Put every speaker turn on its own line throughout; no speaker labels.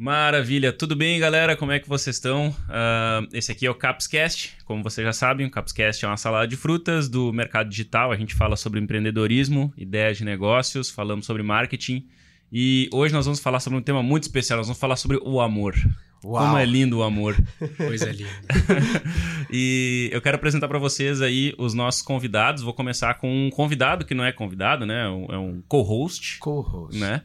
Maravilha, tudo bem galera? Como é que vocês estão? Ah, esse aqui é o Capscast, como vocês já sabem, o Capscast é uma salada de frutas do mercado digital. A gente fala sobre empreendedorismo, ideias de negócios, falamos sobre marketing e hoje nós vamos falar sobre um tema muito especial. Nós vamos falar sobre o amor.
Uau.
Como é lindo o amor.
Coisa linda.
E eu quero apresentar para vocês aí os nossos convidados. Vou começar com um convidado que não é convidado, né? É um- É um co-host,
Co-host.
né?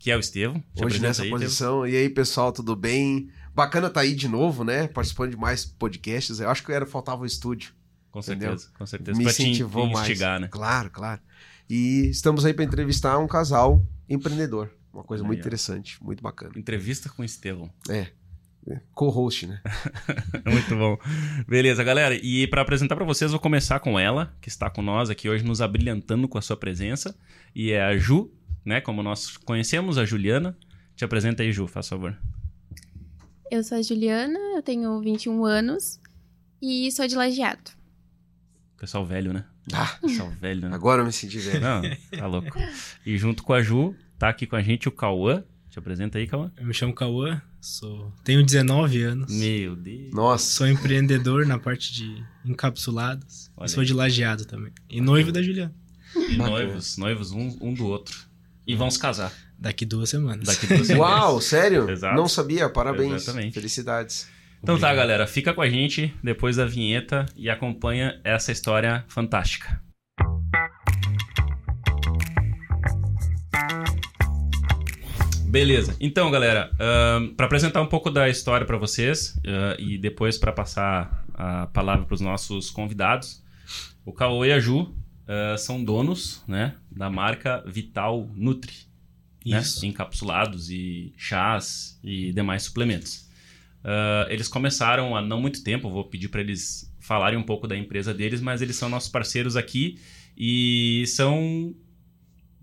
Que é o Estevão. Se
Hoje
apresenta
nessa
aí, Estevão.
posição. E aí, pessoal, tudo bem? Bacana tá aí de novo, né? Participando de mais podcasts. Eu acho que era faltava o estúdio.
Com
entendeu?
certeza, com certeza.
Me
Pra te in-
incentivou mais.
instigar, né?
Claro, claro. E estamos aí para entrevistar um casal empreendedor. Uma coisa muito
Aí, ó.
interessante, muito bacana.
Entrevista com o Estevão. É
Co-host, né?
Muito bom. Beleza, galera. E para apresentar para vocês, vou começar com ela, que está com nós aqui hoje, nos abrilhantando com a sua presença. E é a Ju, né? Como nós conhecemos, a Juliana. Te apresenta aí, Ju, faz favor.
Eu sou a Juliana, eu tenho 21 anos e sou de Lajeado.
Pessoal velho, né?
Ah,
Pessoal velho, né?
agora eu me senti velho.
Não, tá louco. E junto com a Ju, tá aqui com a gente o Cauã. Te apresenta aí, Cauã.
Eu me chamo Cauã, sou... tenho 19 anos,
Meu Deus.
Nossa,
sou empreendedor na parte de encapsulados
Olha
e sou
aí.
de lajeado também. E noivo da Juliana,
E
bacana.
noivos, noivos um, um do outro. E vão se casar
daqui duas semanas.
daqui duas semanas.
uau, sério?
Exato.
Não sabia, parabéns.
Exatamente.
Felicidades.
Então tá,
Obrigado.
galera, fica com a gente depois da vinheta e acompanha essa história fantástica. Beleza. Então, galera, para apresentar um pouco da história para vocês ah, e depois para passar a palavra para os nossos convidados, o Cauê e a Ju ah, são donos, né, da marca Vital Nutri né?
Isso.
encapsulados e chás e demais suplementos. Ah, eles começaram há não muito tempo, vou pedir para eles falarem um pouco da empresa deles, mas eles são nossos parceiros aqui e são,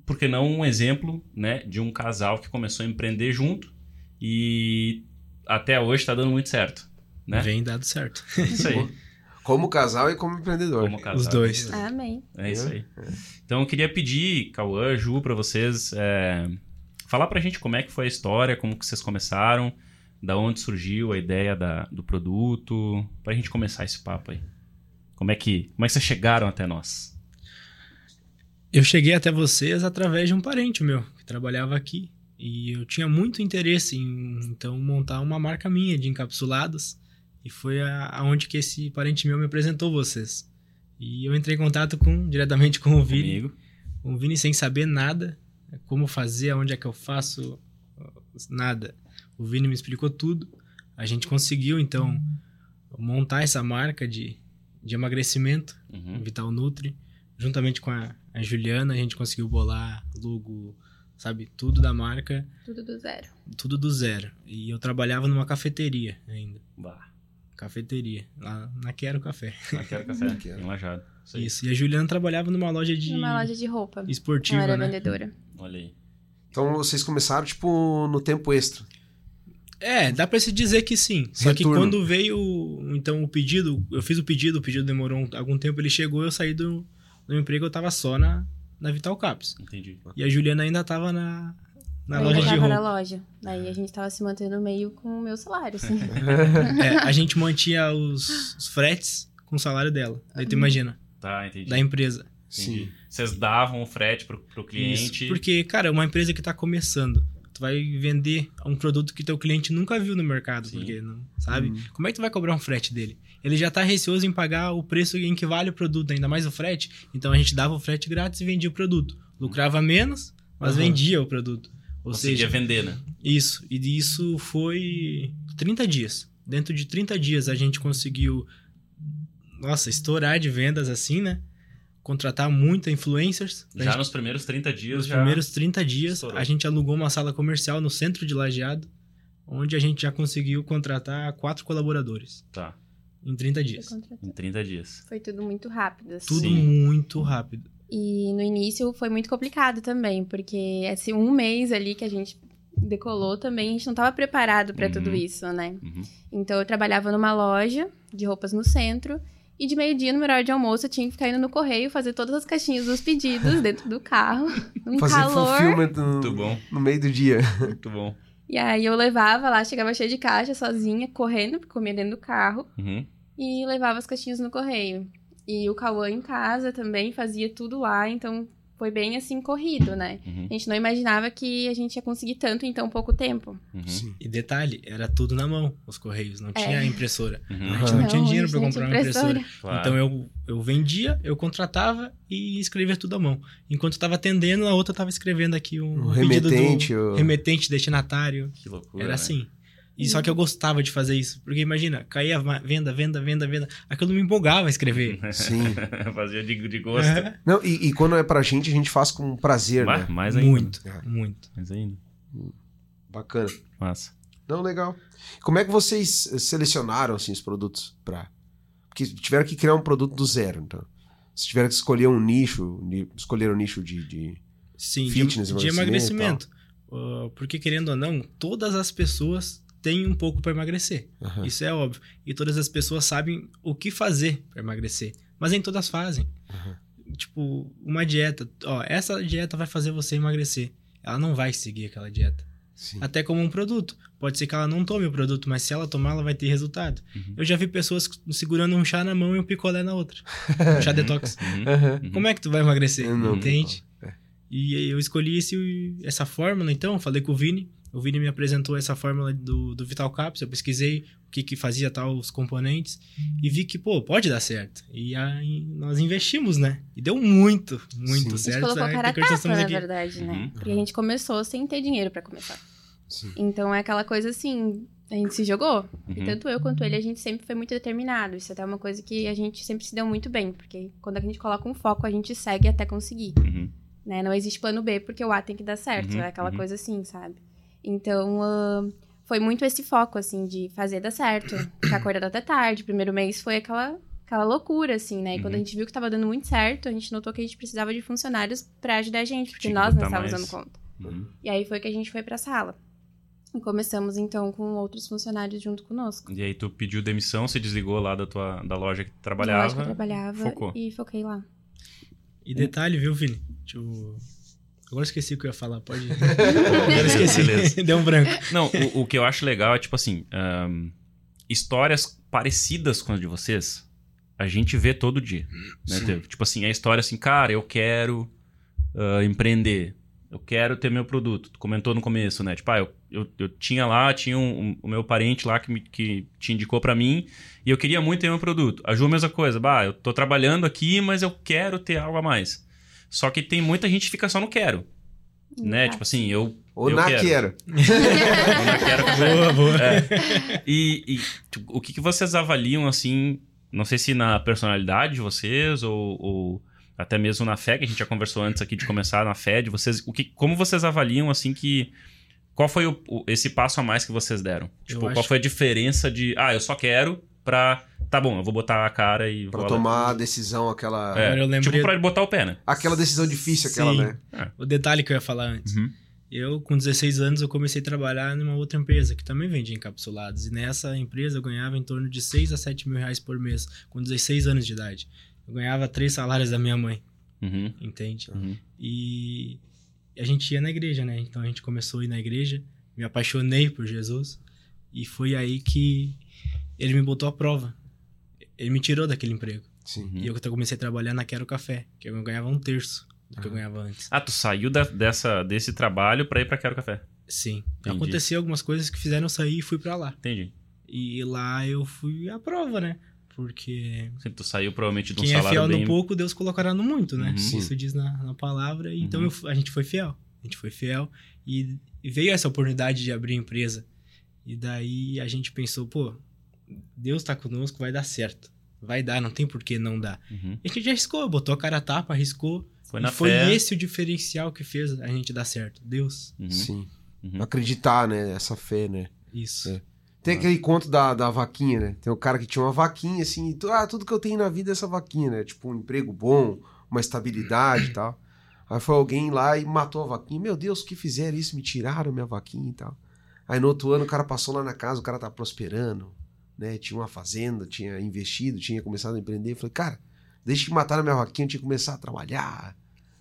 por que não, um exemplo né, de um casal que começou a empreender junto e até hoje está dando muito certo. né?
Vem dado certo.
É isso aí,
Como casal e como empreendedor.
como casal.
Os dois.
Amém.
É isso aí. Então eu queria pedir, Cauã, Ju, pra vocês é, falar pra gente como é que foi a história, como que vocês começaram, da onde surgiu a ideia da- do produto, pra gente começar esse papo aí. Como é que, como é que vocês chegaram até nós?
Eu cheguei até vocês através de um parente meu, que trabalhava aqui. E eu tinha muito interesse em, então, montar uma marca minha de encapsulados. E foi a- aonde que esse parente meu me apresentou vocês. E eu entrei em contato com diretamente com o Vini.
Comigo?
o Vini sem saber nada, né? como fazer, aonde é que eu faço, nada. O Vini me explicou tudo. A gente conseguiu, então, montar essa marca de, de emagrecimento,
Uhum.
Vital Nutri. Juntamente com a, a Juliana, a gente conseguiu bolar logo, sabe, tudo da marca,
Tudo do zero.
tudo do zero. E eu trabalhava numa cafeteria ainda.
Bah,
Cafeteria, lá na Quero Café.
não quero café,
Quero.
em Lajado. Isso aí.
Isso. E a Juliana trabalhava numa loja de
Numa loja de roupa. Eu
esportiva,
era
né?
vendedora.
Olha aí.
Então vocês começaram, tipo, no tempo extra.
É, dá pra se dizer que sim. Só que
Retorno.
quando veio, então, o pedido, eu fiz o pedido, o pedido demorou um- algum tempo, ele chegou, eu saí do, do emprego, eu tava só na, na Vital Caps.
Entendi.
E a Juliana ainda tava na, na
Eu
loja de
trabalhava na
roupa.
loja. Daí a gente tava se mantendo meio com o meu salário, assim.
É, a gente mantinha os, os fretes com o salário dela. Aí tu imagina,
Tá, entendi.
da empresa.
Entendi. Vocês davam o frete pro, pro cliente.
Isso, porque, cara, uma empresa que tá começando, tu vai vender um produto que teu cliente nunca viu no mercado,
Sim.
porque não, sabe? Como é que tu vai cobrar um frete dele? Ele já tá receoso em pagar o preço em que vale o produto, ainda mais o frete. Então a gente dava o frete grátis e vendia o produto. Lucrava menos, mas
Aham.
vendia o produto.
Uhum.
Ou
Conseguia
seja,
vender, né?
isso. E isso foi 30 dias. Dentro de 30 dias a gente conseguiu, nossa, estourar de vendas assim, né? Contratar muita influencers. pra
Já
gente-
nos primeiros 30 dias
nos
já.
primeiros 30 dias,
estourou.
a gente alugou uma sala comercial no centro de Lajeado, onde a gente já conseguiu contratar quatro colaboradores
Tá,
em 30
Eu
dias.
contratei.
em 30 dias.
Foi tudo muito rápido, assim.
Tudo
Sim.
muito rápido.
E no início foi muito complicado também, porque esse um mês ali que a gente decolou também, a gente não tava preparado pra
Uhum.
tudo isso, né?
Uhum.
Então eu trabalhava numa loja de roupas no centro. E de meio-dia, no meu horário de almoço, eu tinha que ficar indo no correio fazer todas as caixinhas dos pedidos dentro do carro. Um
Fazer
calor.
fulfillment no,
Muito bom,
no meio do dia.
muito bom.
E aí eu levava lá, chegava cheia de caixa sozinha, correndo, porque comia dentro do carro,
Uhum.
e levava as caixinhas no correio. E o Cauã em casa também fazia tudo lá, então foi bem assim corrido, né?
Uhum.
A gente não imaginava que a gente ia conseguir tanto em tão pouco tempo.
Uhum.
Sim.
E detalhe, era tudo na mão, os correios, não tinha impressora.
Uhum.
A gente não
É. Não,
tinha dinheiro
a
pra
gente
comprar
não
uma
tinha
impressora.
Claro.
Então eu, eu vendia, eu contratava e escrevia tudo à mão. Enquanto eu tava atendendo, a outra tava escrevendo aqui um
O
pedido do-
remetente, o-
remetente destinatário.
que loucura.
Era
né?
assim. E só que eu gostava de fazer isso, porque imagina, caía ma- venda, venda, venda, venda. Aquilo me empolgava a escrever.
Sim.
Fazia de, de gosto.
É,
Não, e, e quando é pra gente, a gente faz com prazer,
Ma-
né?
mais ainda.
muito,
É.
muito.
Mais ainda.
Bacana.
Massa.
Não, legal. Como é que vocês eh, selecionaram, assim, os produtos pra... Porque tiveram que criar um produto do zero, então. Vocês tiveram que escolher um nicho, ni- escolher um nicho de... de-
Sim,
Fitness,
de, de
emagrecimento
emagrecimento. Ah, porque querendo ou não, todas as pessoas têm um pouco pra emagrecer.
Aham.
Isso é óbvio. E todas as pessoas sabem o que fazer pra emagrecer. Mas nem todas fazem. Tipo, uma dieta. Ó, essa dieta vai fazer você emagrecer. Ela não vai seguir aquela dieta.
Sim.
Até como um produto. Pode ser que ela não tome o produto, mas se ela tomar, ela vai ter resultado.
Uhum.
Eu já vi pessoas segurando um chá na mão e um picolé na outra. Um chá detox.
Uhum.
Aham.
Uhum.
Como é que tu vai emagrecer?
Eu não- É.
Entende? E aí eu escolhi esse, essa fórmula, então, falei com o Vini. O Vini me apresentou essa fórmula do, do Vital Caps. Eu pesquisei o que, que fazia tal os componentes e vi que, pô, pode dar certo. E aí nós investimos, né? E deu muito, muito
Sim.
A gente
certo.
colocou a
né?
cara a
Porque hoje nós
tapa,
estamos
na
aqui.
verdade,
Uhum.
né? Porque a gente começou sem ter dinheiro pra começar.
Sim.
Então é aquela coisa assim, a gente se jogou. E
Uhum.
é? Então-
tanto eu quanto ele, a gente sempre foi muito determinado. Isso até é uma coisa que a gente sempre se deu muito bem. Porque quando a gente coloca um foco, a gente segue até conseguir.
Uhum.
né? Não existe plano B, porque o A tem que dar certo.
Uhum,
é aquela
uhum.
coisa assim, sabe? Então, ahn, foi muito esse foco, assim, de fazer dar certo. Ficar acordado até tarde. Primeiro mês foi aquela, aquela loucura, assim, né? E quando a
Uhum.
gente viu que tava dando muito certo, a gente notou que a gente precisava de funcionários pra ajudar a gente, porque
tinha que
nós não
Tipo, botar mais.
estávamos dando conta.
Uhum.
E aí foi que a gente foi pra sala. E começamos, então, com outros funcionários junto conosco.
E aí tu pediu demissão, se desligou lá da tua da loja que tu
Na loja que
trabalhava.
eu trabalhava
focou.
e foquei lá.
E detalhe, viu, Vini? Tipo, agora eu esqueci o que eu ia falar, pode. agora eu esqueci.
Beleza.
deu um branco.
Não, o, o que eu acho legal é, tipo assim, ahn, histórias parecidas com as de vocês, a gente vê todo dia. né?
Sim.
Teve, Tipo assim, a história assim, cara, eu quero ah, empreender. Eu quero ter meu produto. Tu comentou no começo, né? Tipo, ah, eu, eu, eu tinha lá, tinha um, um- o meu parente lá que, me, que te indicou pra mim e eu queria muito ter meu produto. A Ju, mesma coisa. Bah, eu tô trabalhando aqui, mas eu quero ter algo a mais. Só que tem muita gente que fica só no quero, né?
Tá.
Tipo assim, eu...
Ou
eu
na
quero.
quero.
Eu não quero
Boa, boa.
É.
E, e, tipo, o que, que vocês avaliam, assim, não sei se na personalidade de vocês ou, ou até mesmo na fé, que a gente já conversou antes aqui de começar, na fé de vocês, o que, como vocês avaliam, assim, que... Qual foi o- o- esse passo a mais que vocês deram? Tipo, qual
acho-
foi a diferença de, ah, eu só quero pra... Tá bom, eu vou botar a cara e vou
Pra
lá.
tomar a decisão, aquela...
É,
Agora eu lembrei-
Tipo, pra botar o pé, né?
Aquela decisão difícil, aquela,
Sim.
né?
O detalhe que eu ia falar antes.
Uhum.
Eu, com 16 anos, eu comecei a trabalhar numa outra empresa que também vendia encapsulados. E nessa empresa eu ganhava em torno de 6 a 7 mil reais por mês, com 16 anos de idade. Eu ganhava três salários da minha mãe,
Uhum,
entende?
uhum.
E a gente ia na igreja, né? Então a gente começou a ir na igreja, me apaixonei por Jesus. E foi aí que ele me botou à prova. Ele me tirou daquele emprego.
Sim.
Uhum.
E eu comecei a trabalhar na Quero Café, que eu ganhava um terço do que eu
Aham.
ganhava antes.
Ah, tu saiu da- dessa, desse trabalho pra ir pra Quero Café.
Sim.
Entendi.
Aconteceu algumas coisas que fizeram eu sair e fui pra lá.
Entendi.
E lá eu fui à prova, né? Porque
Assim, Tu saiu provavelmente de um
quem é
salário
fiel
bem...
no pouco, Deus colocará no muito, né?
Uhum.
Sim.
Isso diz na, na palavra. Então
Uhum.
eu fu- a gente foi fiel. A gente foi fiel. E e veio essa oportunidade de abrir empresa. E daí a gente pensou, pô, Deus tá conosco, vai dar certo. Vai dar, não tem por que não dar.
Uhum.
E a gente já arriscou, botou a cara a tapa, arriscou.
Foi
e
na
foi
fé.
esse o diferencial que fez a gente dar certo. Deus.
Uhum.
Sim.
Uhum.
Acreditar, né? Essa fé, né?
Isso.
É. Tem aquele conto da, da vaquinha, né? Tem um cara que tinha uma vaquinha, assim, e tu- ah, tudo que eu tenho na vida é essa vaquinha, né? Tipo, um emprego bom, uma estabilidade e tal. Aí foi alguém lá e matou a vaquinha. Meu Deus, o que fizeram isso? Me tiraram minha vaquinha e tal. Aí no outro ano o cara passou lá na casa, o cara tá prosperando, né? Tinha uma fazenda, tinha investido, tinha começado a empreender. Eu falei, cara, desde que mataram minha vaquinha, eu tinha que começar a trabalhar,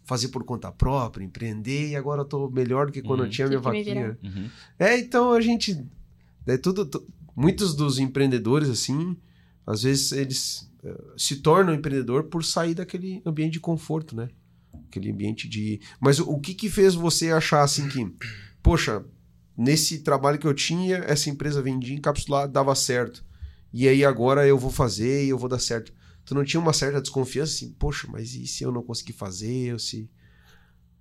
fazer por conta própria, empreender, e agora eu tô melhor do que quando
Uhum.
eu tinha minha
Tive que me
vaquinha.
virar.
Uhum.
É, então a gente. É tudo, tu- muitos dos empreendedores, assim, às vezes eles eh, se tornam empreendedor por sair daquele ambiente de conforto, né? Aquele ambiente de. Mas o, o que que fez você achar, assim, que, poxa, nesse trabalho que eu tinha, essa empresa vendia encapsulada, dava certo. E aí agora eu vou fazer e eu vou dar certo. Tu não tinha uma certa desconfiança, assim, poxa, mas e se eu não conseguir fazer? Eu se.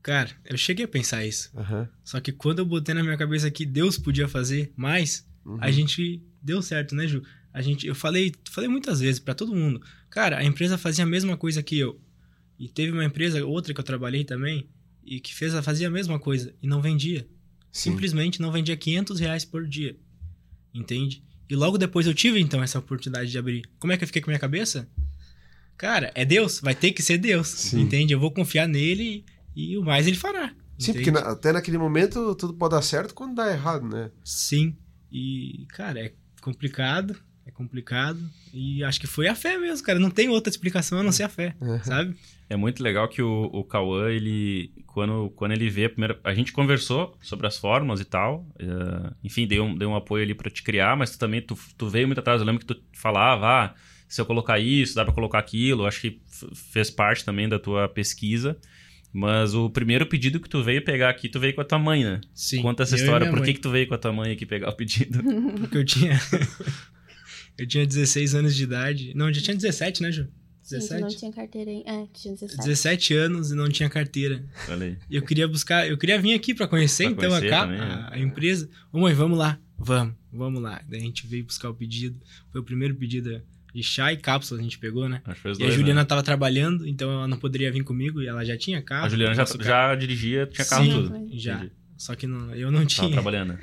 Cara, eu cheguei a pensar isso.
Aham.
Só que quando eu botei na minha cabeça que Deus podia fazer mais,
Uhum.
a gente deu certo, né, Ju? A gente, eu falei, falei muitas vezes pra todo mundo. Cara, a empresa fazia a mesma coisa que eu. E teve uma empresa, outra que eu trabalhei também, e que fez, a- fazia a mesma coisa e não vendia.
Sim.
Simplesmente não vendia 500 reais por dia. Entende? E logo depois eu tive, então, essa oportunidade de abrir. Como é que eu fiquei com a minha cabeça? Cara, é Deus, vai ter que ser Deus.
Sim.
Entende? Eu vou confiar nele e, e o mais ele fará.
Sim, porque
entende?
na- até naquele momento tudo pode dar certo quando dá errado, né?
Sim. E, cara, é complicado. É complicado. E acho que foi a fé mesmo, cara. Não tem outra explicação a não ser a fé, sabe?
É muito legal que o, o Cauã, ele, quando, quando ele vê a primeira. A gente conversou sobre as formas e tal. eh, enfim, deu um, deu um apoio ali pra te criar, mas tu também tu, tu veio muito atrás. Eu lembro que tu falava, ah, se eu colocar isso, dá pra colocar aquilo. Acho que f- fez parte também da tua pesquisa. Mas o primeiro pedido que tu veio pegar aqui, tu veio com a tua mãe, né?
Sim.
Conta essa
eu e
história.
minha
Por
mãe.
que, que tu veio com a tua mãe aqui pegar o pedido?
Porque eu tinha. eu tinha 16 anos de idade. Não, eu já tinha 17, né, Ju?
Sim, tu não
17?
tinha carteira em... É, tu tinha 17.
17 anos e não tinha carteira.
Olha aí.
E eu queria buscar, eu queria vir aqui pra conhecer,
Pra
então,
conhecer
a, ca-
também, né?
a- a empresa. Ô mãe, vamos lá. Vamos, vamos lá. Daí a gente veio buscar o pedido. Foi o primeiro pedido de chá e cápsula que a gente pegou, né?
Acho que foi os
E a
dois, né?
Juliana tava trabalhando, então ela não poderia vir comigo e ela já tinha carro.
A Juliana já,
nosso carro.
já dirigia, tinha carro
Sim,
tudo.
já.
Entendi.
Só que não- eu não
Tava
tinha.
trabalhando.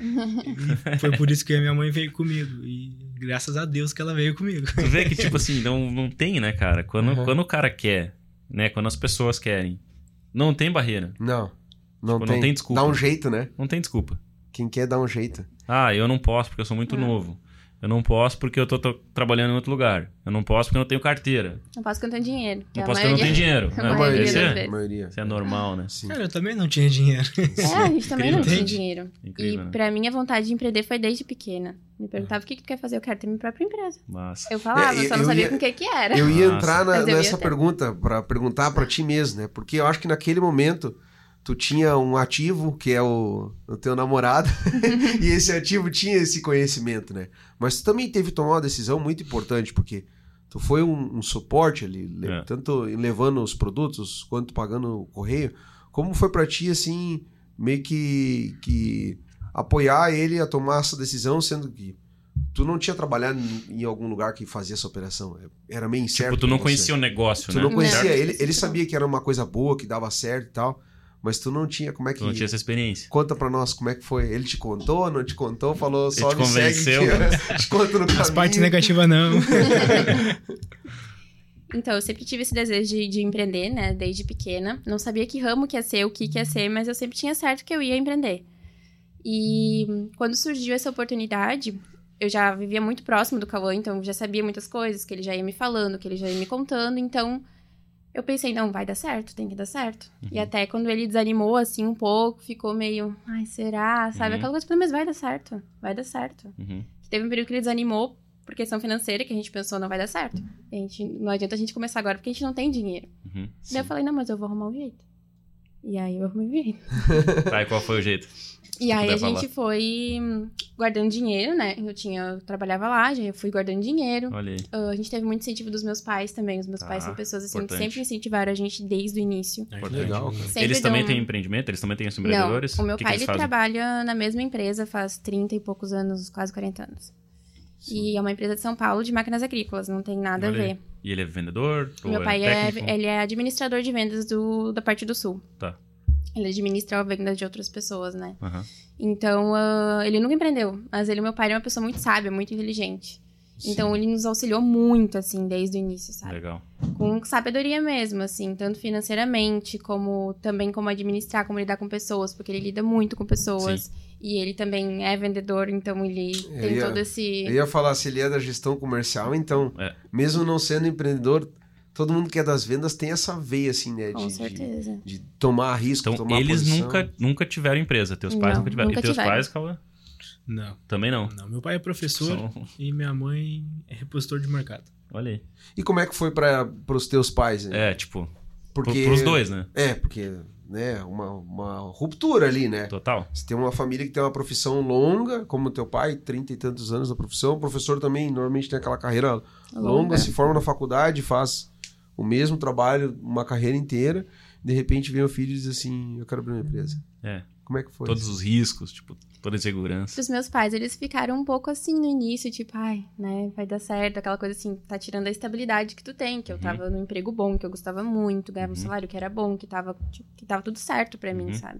Foi por isso que a minha mãe veio comigo. E graças a Deus que ela veio comigo.
Tu vê que, tipo assim, não, não tem, né, cara? Quando,
Uhum.
quando o cara quer, né? Quando as pessoas querem, não tem barreira,
Não. Não,
Tipo,
tem.
não tem desculpa.
Dá um jeito, né?
não tem desculpa.
Quem quer dá um jeito.
Ah, eu não posso porque eu sou muito
É.
novo. Eu não posso porque eu tô, tô trabalhando em outro lugar. Eu não posso porque eu não tenho carteira.
Não posso porque eu não tenho dinheiro. porque
Não
É a
posso porque eu não tenho
maioria-
dinheiro.
a
né?
maioria
Porque
das
isso, é,
vezes.
A maioria.
isso é normal, né?
Sim.
Cara, eu também não tinha dinheiro.
É, a gente também não
Incrível,
tinha
né?
dinheiro.
Incrível,
e
né?
pra mim a vontade de empreender foi desde pequena. Me perguntava o que, que tu quer fazer, eu quero ter minha própria empresa.
Mas.
Eu falava,
É, eu-
só não
eu
sabia
ia-
com o que que era.
Eu ia
Nossa.
entrar na-
Mas eu ia
nessa
ter.
pergunta, pra perguntar pra ti mesmo, né? Porque eu acho que naquele momento tu tinha um ativo, que é o, o teu namorado, e esse ativo tinha esse conhecimento, né? Mas tu também teve que tomar uma decisão muito importante, porque tu foi um, um suporte ali, le-
É.
tanto levando os produtos, quanto pagando o correio. Como foi pra ti, assim, meio que, que apoiar ele a tomar essa decisão, sendo que tu não tinha trabalhado em- em algum lugar que fazia essa operação. É, Era meio incerto.
Tipo, tu não
pra você.
conhecia o negócio,
Tu
né?
não conhecia.
Não.
Ele, ele sabia que era uma coisa boa, que dava certo e tal, mas tu não tinha como é que...
Tu não tinha essa experiência.
Conta pra nós como é que foi. Ele te contou, não te contou, falou só
te
me segue.
convenceu,
que eu Te conto no caminho.
As partes negativas não.
Então, eu sempre tive esse desejo de, de empreender, né? Desde pequena. Não sabia que ramo que ia ser, o que, que ia ser, mas eu sempre tinha certo que eu ia empreender. E hum, quando surgiu essa oportunidade, eu já vivia muito próximo do Cauã, então eu já sabia muitas coisas que ele já ia me falando, que ele já ia me contando. Então, eu pensei, não, vai dar certo, tem que dar certo. E até quando ele desanimou, assim, um pouco, ficou meio, ai, será? Sabe?
Uhum.
Aquela coisa, eu falei, mas vai dar certo, vai dar certo.
Uhum.
Teve um período que ele desanimou por questão financeira, que a gente pensou, não vai dar certo. A gente, não adianta a gente começar agora, porque a gente não tem dinheiro.
Uhum.
Daí eu falei, não, mas eu vou arrumar um jeito. E aí eu arrumei um jeito.
Tá, e qual foi o jeito?
E aí a
puder falar.
gente foi hum, guardando dinheiro, né? Eu tinha, eu trabalhava lá, já fui guardando dinheiro.
Olha aí.
Ah, a gente teve muito incentivo dos meus pais também. Os meus
Tá,
pais são pessoas assim
importante.
que sempre incentivaram a gente desde o início.
Legal, cara.
Sempre
eles também
dão-
têm empreendimento? Eles também têm os
um- Não,
empreendedores?
o meu
O que que
pai
eles
ele
fazem?
trabalha na mesma empresa faz 30 e poucos anos, quase 40 anos. E é uma empresa de São Paulo de máquinas agrícolas, não tem nada
Olha
a
aí.
ver.
E ele é vendedor? Ou
Meu pai é,
técnico?
ele é administrador de vendas do, da parte do sul.
Tá.
Ele administra a venda de outras pessoas, né?
Aham.
Então, ah, ele nunca empreendeu. Mas ele, meu pai, é uma pessoa muito sábia, muito inteligente. Então, ele nos auxiliou muito, assim, desde o início, sabe?
Legal.
Com sabedoria mesmo, assim. Tanto financeiramente, como também como administrar, como lidar com pessoas. Porque ele lida muito com pessoas. E ele também é vendedor, então ele tem
ia-
todo esse...
Eu ia falar, se ele é da gestão comercial, então,
É.
mesmo não sendo empreendedor, todo mundo que é das vendas tem essa veia, assim, né?
Com
de- de,
certeza.
de tomar risco,
Então,
tomar
eles
posição.
nunca, nunca tiveram empresa. Teus pais
Não,
nunca tiveram.
nunca
e teus
tiveram.
pais, Cauã?
Não,
Também não.
não. Meu pai é professor
São-
e minha mãe é repositor de mercado.
Olha aí.
E como é que foi para os teus pais? Né?
É, tipo, pro, pros dois, né?
É, porque, né, uma, uma ruptura ali, né?
Total.
Você tem uma família que tem uma profissão longa, como teu pai, trinta e tantos anos na profissão. O professor também normalmente tem aquela carreira longa,
Longa.
se forma na faculdade, faz o mesmo trabalho uma carreira inteira. De repente vem o filho e diz assim: Eu quero abrir uma empresa.
É.
Como é que foi?
Todos os riscos, tipo, toda a insegurança.
Os meus pais, eles ficaram um pouco assim no início, tipo, ai, né, vai dar certo, aquela coisa assim, tá tirando a estabilidade que tu tem, que eu
Uhum.
tava num emprego bom, que eu gostava muito, ganhava um
Uhum.
salário que era bom, que tava, tipo, que tava tudo certo pra mim,
Uhum.
sabe?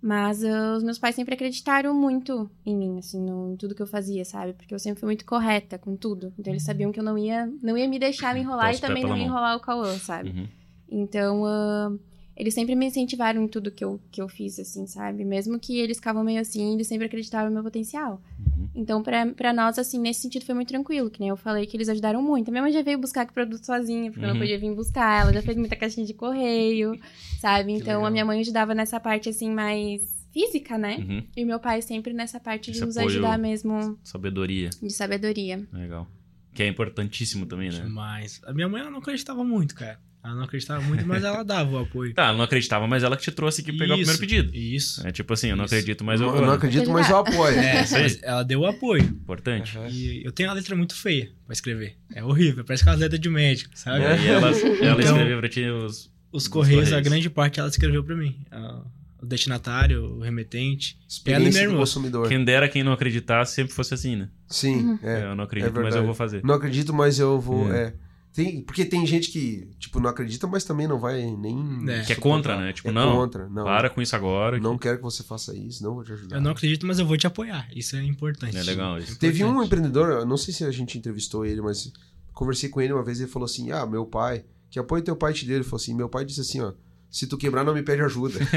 Mas ah, os meus pais sempre acreditaram muito em mim, assim, no, em tudo que eu fazia, sabe? Porque eu sempre fui muito correta com tudo. Então eles sabiam que eu não ia, não ia me deixar me enrolar
Uhum. Posso
e
pé
também
pela
não ia
mão.
enrolar o Cauã, sabe?
Uhum.
Então, ahn, eles sempre me incentivaram em tudo que eu, que eu fiz, assim, sabe? Mesmo que eles ficavam meio assim, eles sempre acreditavam no meu potencial.
Uhum.
Então, pra, pra nós, assim, nesse sentido foi muito tranquilo, que nem eu falei que eles ajudaram muito. A minha mãe já veio buscar aqui produto sozinha, porque eu
Uhum.
não podia vir buscar, ela já fez muita caixinha de correio, sabe?
Que
Então,
legal.
a minha mãe ajudava nessa parte, assim, mais física, né?
Uhum.
E o meu pai sempre nessa parte de
Esse
nos
apoio-
ajudar mesmo,
Sabedoria.
de sabedoria.
Legal. Que é importantíssimo também, né?
Demais. A minha mãe ela não acreditava muito, cara. Ela não acreditava muito, mas ela dava o apoio.
Tá, ela não acreditava, mas ela que te trouxe aqui pra pegar o
Isso,
primeiro pedido.
Isso.
É tipo assim, eu não
Isso.
acredito, mas eu
eu
vou.
não
né?
acredito, mas eu apoio. É.
É,
Isso aí.
mas ela deu o apoio.
Importante.
Aham.
E eu tenho uma letra muito feia pra escrever. É horrível, parece aquelas letras de médico, sabe?
E aí
É.
ela, ela
Então-
escreveu pra ti os.
Os
Dos
correios, a
Correios.
grande parte ela escreveu pra mim. Ah, O destinatário, o remetente. Ela e minha
Experiência do
irmã.
consumidor.
É Quem dera quem não acreditasse sempre fosse assim, né?
Sim, é.
eu não acredito, mas
verdade.
eu vou fazer.
Não acredito, mas eu vou. É. Tem, porque tem gente que, tipo, não acredita, mas também não vai nem.
É.
que é contra, né? Tipo,
é
não,
contra. Não,
para com isso agora.
não quero que você faça isso, não vou te ajudar.
Eu não acredito, mas eu vou te apoiar. Isso é importante.
Tá. É legal isso.
Teve um
Importante.
empreendedor, eu não sei se a gente entrevistou ele, mas conversei com ele uma vez e ele falou assim: Ah, meu pai, que apoio teu pai te deu? Ele falou assim: Meu pai disse assim, ó. Se tu quebrar, não me pede ajuda.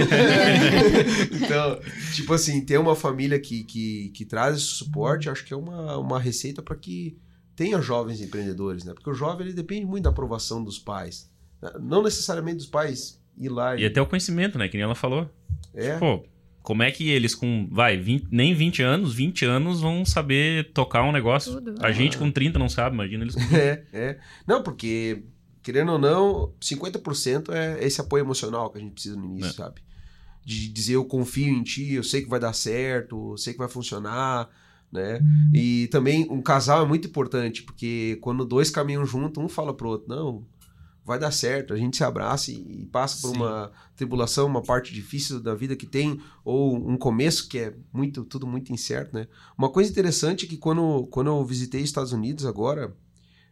então, tipo assim, ter uma família que, que, que traz esse suporte, acho que é uma, uma receita para que tenha jovens empreendedores, né? Porque o jovem ele depende muito da aprovação dos pais. né? Não necessariamente dos pais ir lá
E até o conhecimento, né? Que nem ela falou.
É,
Pô, como é que eles com, vai, 20 nem 20 anos, 20 anos vão saber tocar um negócio?
Tudo.
A gente com 30 não sabe, imagina eles com...
é, é. Não, porque, querendo ou não, 50% é esse apoio emocional que a gente precisa no início,
É.
sabe? De dizer eu confio em ti, eu sei que vai dar certo, eu sei que vai funcionar, né? E também um casal é muito importante, porque quando dois caminham junto, um fala pro outro, não, vai dar certo, a gente se abraça e, e passa por
Sim.
uma tribulação, uma parte difícil da vida que tem, ou um começo que é muito, tudo muito incerto, né? Uma coisa interessante é que quando, quando eu visitei os Estados Unidos agora,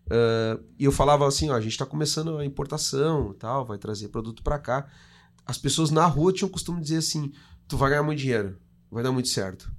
ah, e eu falava assim, ó, a gente tá começando a importação e tal, vai trazer produto para cá. As pessoas na rua tinham o costume de dizer assim, tu vai ganhar muito dinheiro, vai dar muito certo.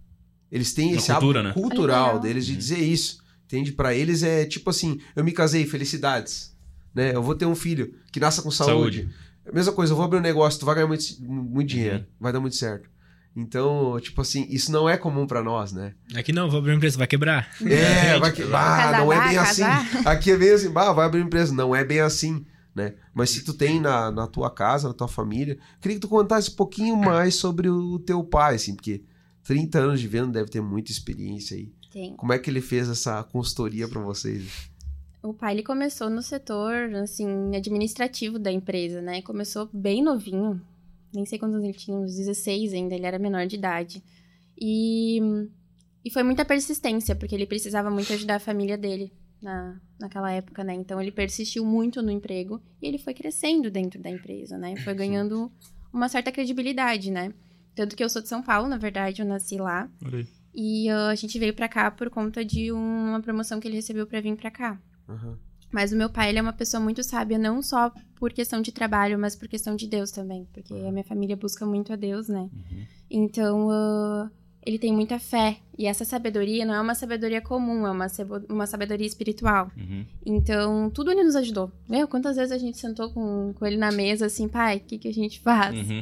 Eles têm
Uma
esse hábito
cultura, né?
cultural
Legal.
deles de
Uhum.
dizer isso. Entende? Para eles é tipo assim, eu me casei, felicidades. Né? Eu vou ter um filho que nasça com saúde. É a Mesma coisa, eu vou abrir um negócio, tu vai ganhar muito, muito dinheiro, vai dar muito certo. Então, tipo assim, isso não é comum pra nós, né?
Aqui não, vou abrir uma empresa, vai quebrar.
É, vai que. Bah,
Casar,
não é
vai
bem assim.
casar.
Aqui é bem assim, bah, vai abrir uma empresa. Não é bem assim, né? Mas se tu tem na, na tua casa, na tua família, queria que tu contasse um pouquinho mais sobre o teu pai, assim, porque 30 anos de venda deve ter muita experiência aí.
Tem.
Como é que ele fez essa consultoria pra vocês?
O pai, ele começou no setor, assim, administrativo da empresa, né? Começou bem novinho, nem sei quantos anos ele tinha, uns 16 ainda, ele era menor de idade. E, e foi muita persistência, porque ele precisava muito ajudar a família dele na, naquela época, né? Então, ele persistiu muito no emprego e ele foi crescendo dentro da empresa, né? Foi ganhando uma certa credibilidade, né? Tanto que eu sou de São Paulo, na verdade, eu nasci lá. E ah, a gente veio pra cá por conta de uma promoção que ele recebeu pra vir pra cá.
Aham.
Mas o meu pai, ele é uma pessoa muito sábia, não só por questão de trabalho, mas por questão de Deus também. Porque a minha família busca muito a Deus, né? Então, ah, ele tem muita fé. E essa sabedoria não é uma sabedoria comum, é uma, sabo- uma sabedoria espiritual.
Uhum.
Então, tudo ele nos ajudou. Meu, quantas vezes a gente sentou com, com ele na mesa, assim, pai, o que, que a gente faz? O
Uhum.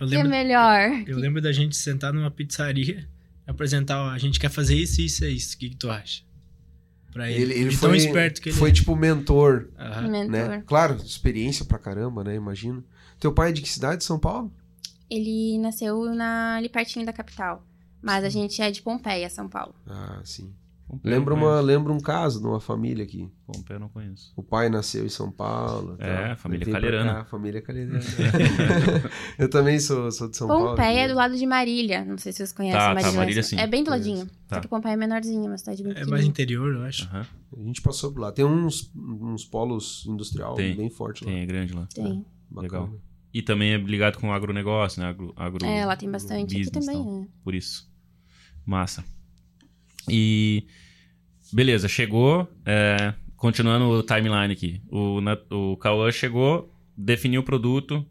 Eu
que é
lembro,
melhor?
eu lembro da gente sentar numa pizzaria, apresentar, ó, a gente quer fazer isso, isso, é isso. O que, que tu acha? pra ele.
Ele, ele
de
foi,
tão esperto que ele
foi
é.
tipo mentor,
Aham.
Mentor.
né? Claro, experiência pra caramba, né? Imagino. Teu pai é de que cidade? São Paulo?
Ele nasceu na, ali pertinho da capital. Mas a gente é de Pompeia, São Paulo.
Ah, sim.
Pompeu eu
Lembra,
não
uma, lembra um caso de uma família aqui.
conheço. Pompeu eu não conheço.
O pai nasceu em São Paulo.
É,
tal. Aí
família
veio pra
calheirana.
cá, Família calheirana. Eu também sou, sou de São Paulo. né?
Pompeia é do lado de Marília. Não sei se vocês conhecem
Tá, tá,
Marília.
Marília
mas
sim.
É bem do
Conheço.
ladinho.
Tá.
Só que Pompeia é menorzinha, uma cidade bem
É
pequenininha.
mais interior, eu acho.
Aham.
A gente passou por lá. Tem uns, uns polos industrial
Tem,
bem forte lá.
Tem, é grande lá.
Tem.
Bacana.
Legal. E também é ligado com o agronegócio, né? Agro, agro
É, lá tem bastante. Aqui
business,
também,
tal.
né?
Por isso. Massa. E. Beleza, chegou. é, continuando o timeline aqui. O, Na- o Cauã chegou, definiu o produto,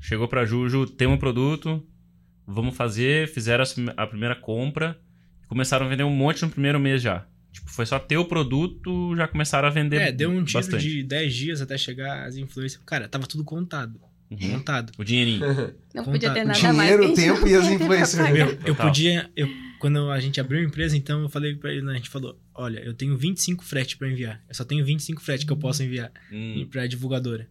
chegou pra Juju, tem um produto, vamos fazer, fizeram as prime- a primeira compra, começaram a vender um monte no primeiro mês já. Tipo, foi só ter o produto, já começaram a vender.
É, deu um tiro
bastante.
de 10 dias até chegar as influências. Cara, tava tudo contado.
Uhum.
Contado.
O dinheirinho.
Não
Conta-
podia ter nada mais.
Dinheiro, um
que a gente
tempo
não
e as
teve pra
influencers.
pagar.
Meu, eu
Total.
podia. Eu, quando a gente abriu a empresa, então eu falei pra ele, a gente falou: olha, eu tenho 25 frete pra enviar. Eu só tenho 25 frete que eu posso enviar
Hum.
pra divulgadora.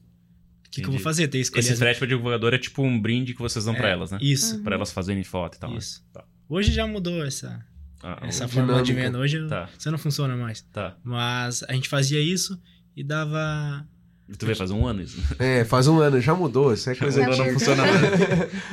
O que, que eu vou
Entendi.
fazer? Ter escolhido
Esse frete pra divulgador é tipo um brinde que vocês dão pra elas, né?
É. Isso.
Pra elas fazerem foto e tal. né?
Isso.
Tá.
Hoje já mudou essa,
Ah, o-
essa forma de
dinâmica.
venda. Hoje eu-
Tá.
isso não funciona mais.
Tá.
Mas a gente fazia isso e dava.
E Tu vê, faz um ano isso.
É, faz um ano, já mudou. Isso é coisa
mudou, não
antiga.
funciona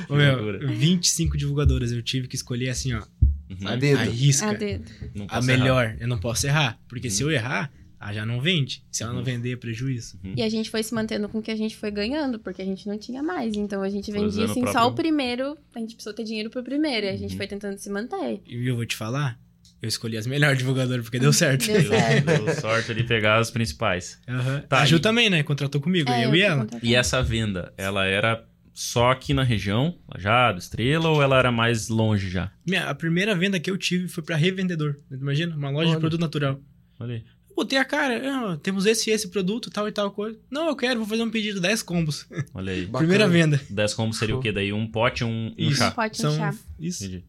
Ô, meu,
loucura.
25 divulgadoras. Eu tive que escolher assim, ó.
Uhum.
A
A
dedo.
risca.
Ah, dedo.
Não
a
posso
melhor. Eu não posso errar. Porque se
Uhum.
eu errar, ela já não vende. Se ela não
Uhum.
vender, é prejuízo.
E a gente foi se mantendo com o que a gente foi ganhando, porque a gente não tinha mais. Então a gente
Foi
vendia
usando o
assim só
próprio-
o primeiro. A gente precisou ter dinheiro pro primeiro. E a gente
Uhum.
foi tentando se manter.
E eu vou te falar, eu escolhi as melhores divulgadoras porque deu certo.
Deu certo.
errar. Deu, deu sorte de pegar as principais.
Aham.
Tá,
a Ju
e-
também, né? Contratou comigo,
É,
eu
fui
e ela.
contratada.
E essa venda, ela era só aqui na região, Lajado, Estrela, ou ela era mais longe já?
Minha, a primeira venda que eu tive foi pra revendedor. Imagina, uma loja
Olha.
de produto natural.
Olha aí.
Eu Botei a cara, ah, temos esse e esse produto, tal e tal coisa. Não, eu quero, vou fazer um pedido, 10 combos.
Olha aí.
Bacana.
Primeira venda.
10 combos seria o quê? Daí um pote, um, um
Isso.
chá.
Pode
São-
achar.
Isso.
Entendi.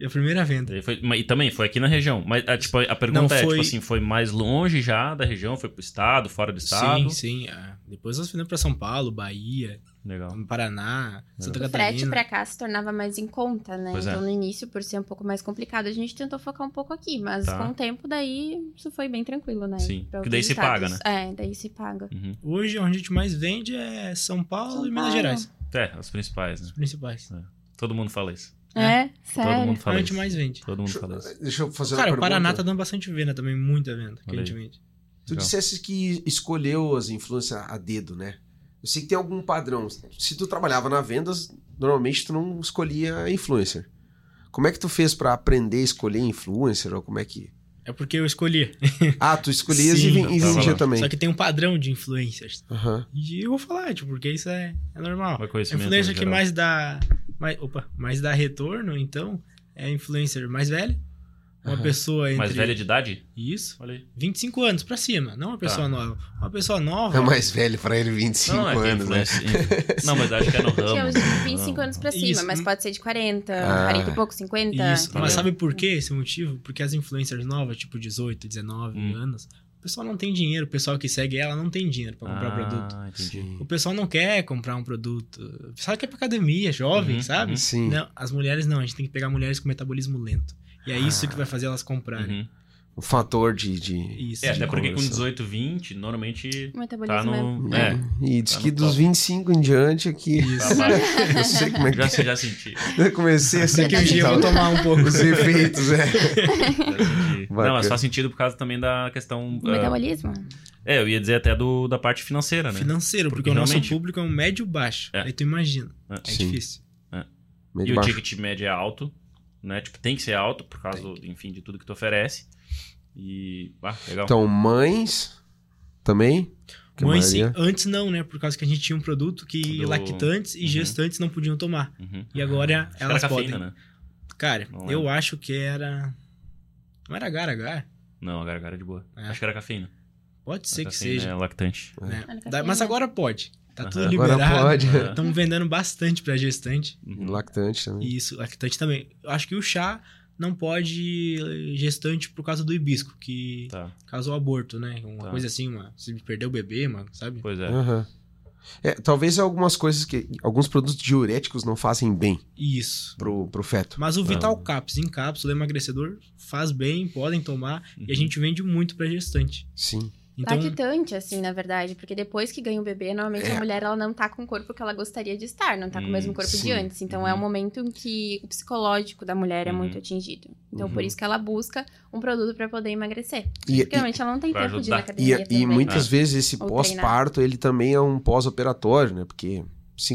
É a primeira venda.
Daí foi- mas- e também foi aqui na região. Mas ah, tipo, a pergunta
Não,
é,
foi-
tipo assim, foi mais longe já da região? Foi pro estado, fora do estado?
Sim, sim. ah, depois nós fizemos pra São Paulo, Bahia,
Legal.
Paraná, Santa
O frete
Catarina.
pra cá se tornava mais em conta, né?
Pois é.
então, no início, por ser um pouco mais complicado, a gente tentou focar um pouco aqui, mas
Tá.
com o tempo, daí, isso foi bem tranquilo, né?
Sim,
Pra
que daí
outros
se paga, né?
estados. É, daí se paga.
Uhum.
Hoje, onde a gente mais vende é São Paulo
São
e Minas
Paulo.
Gerais.
É, as principais, né?
Principais.
Todo mundo fala isso.
É,
Todo
sério.
mundo fala
a gente
isso.
mais vende.
Todo mundo
Deixa,
fala isso.
deixa eu fazer
Cara,
uma
o
pergunta.
Paraná tá dando bastante venda também, muita venda que
Olha
a
aí.
gente vende.
Tu
Legal.
dissesse que escolheu as influências a dedo, né? Eu sei que tem algum padrão. Se tu trabalhava na vendas, normalmente tu não escolhia a influencer. Como é que tu fez pra aprender a escolher influencer? Ou como é que.
É porque eu escolhi.
Ah, tu escolhias
Sim,
e, vin- e
tava
vendia
lá.
também.
Só que tem um padrão de influencers.
Aham.
E eu vou falar, tipo, porque isso é, é normal.
Vai
A
conhecimento
influencer
no
que
né, geral.
mais dá. Mais, opa, mais dá retorno, então, é a influencer mais velha. Uma
Aham.
pessoa entre.
Mais velha de idade?
Isso.
Olha aí.
25 anos pra cima, não uma pessoa
Tá.
nova. Uma pessoa nova.
É mais velho pra ele, 25
não, é que
anos, né?
influência- inf- Não, mas acho que é no
Tinha
ramo.
uns
né?
25
Ramo.
anos pra cima,
Isso,
mas
hum.
pode ser de 40,
Ah.
40 e pouco, 50.
Isso.
Valeu.
Mas sabe por que esse motivo? Porque as influencers novas, tipo 18, 19
Hum.
anos, o pessoal não tem dinheiro, o pessoal que segue ela não tem dinheiro pra comprar produto.
Ah, entendi.
O pessoal não quer comprar um produto. O pessoal quer ir pra academia, jovem,
Uhum,
sabe?
uhum.
Sim.
Não, as mulheres não, a gente tem que pegar mulheres com metabolismo lento. E é isso
Ah.
que vai fazer elas comprarem.
Uhum.
O fator de. de...
Isso.
É,
de
até porque com
conversão.
18, 20, normalmente
O metabolismo
tá no...
né?
É.
É,
E diz
Tá no
que dos
top.
25 em diante aqui.
tá baixo.
Eu sei como é que
Já, se- já senti.
eu comecei a
Daqui
sentir
a um dia eu vou
tal-
tomar um pouco.
os efeitos, é.
Já senti.
Bacana.
Não, mas faz sentido por causa também da questão...
é. O
ah,
metabolismo?
é, eu ia dizer até do, da parte financeira, né?
Financeiro, porque,
Porque
o nosso
realmente-
público é um médio-baixo.
É.
Aí tu imagina.
Ah,
É
sim.
difícil.
Meio
E
de
o
baixo.
ticket médio é alto, né? Tipo, tem que ser alto por causa,
Tem
do, enfim, de tudo que tu oferece. E... Ah, legal.
Então, mães também? Que a
Mãe, sim.
maioria-
Antes não, né? Por causa que a gente tinha um produto que
Do-
lactantes e
Uhum.
gestantes não podiam tomar.
Uhum.
E agora
Acho que
elas
era
podem.
cafeína, né?
Cara,
Não
eu
lembro.
acho que era. Não era garagá?
Não, a gargara é de boa.
É.
Acho que era cafeína.
Pode ser
A
que
cafeína
seja.
É lactante.
né?
Era
Da- Mas
cafeína.
agora pode. Tá tudo
Aham.
liberado.
Agora pode.
É.
Ah. Estão vendendo bastante pra gestante.
Uhum.
Lactante também.
E isso, lactante também. Eu acho que o chá não pode gestante por causa do hibisco, que
Tá,
causou aborto, né? Uma
Tá.
coisa assim, uma, se perdeu o bebê, uma, sabe?
pois é.
Aham. É, talvez algumas coisas que. Alguns produtos diuréticos não fazem bem
Isso.
pro, pro feto.
Mas o Vital Caps em cápsula emagrecedor faz bem, podem tomar, e
Uhum.
a gente vende muito pra gestante.
Sim.
Então,
Lactante, assim, na verdade, porque depois que ganha o bebê, normalmente
É.
a mulher ela não tá com o corpo que ela gostaria de estar, não tá com
Hum,
o mesmo corpo
sim.
de antes. Então é um momento em que o psicológico da mulher é
Uhum.
muito atingido. Então
Uhum.
por isso que ela busca um produto pra poder emagrecer.
E,
Porque realmente ela não tem
Pra
tempo de ir
ajudar.
na
e,
academia.
e, e
é também. né?
muitas vezes esse
Ou
pós-parto ele também é um pós-operatório, né? Porque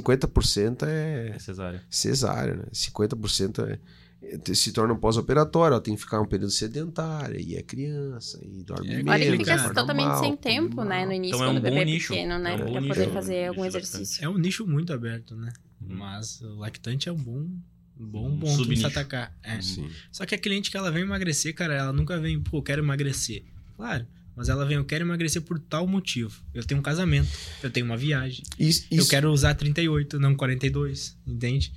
50% é
É cesárea.
cesárea, né? 50% é- é- se torna um pós-operatório, ela tem que ficar um período sedentário, e é criança, e dorme
É
menos,
Olha que
Menos,
fica
acorda
totalmente
mal,
sem
come
tempo, né?
mal.
No início,
Então é um
quando o
bom
bebê é
nicho,
pequeno, né?
é um
pra
bom
poder
nicho,
fazer
é um
algum
nicho
exercício.
é um nicho muito aberto, né?
Uhum.
Mas o lactante é um bom, um bom
Um
ponto de se
subnicho. Uhum.
atacar. É.
Sim.
Só que a cliente que ela vem emagrecer, cara, ela nunca vem, pô, eu quero emagrecer. Claro, mas ela vem, eu quero emagrecer por tal motivo. Eu tenho um casamento, eu tenho uma viagem,
Isso,
eu
isso-
quero usar 38, não 42, entende?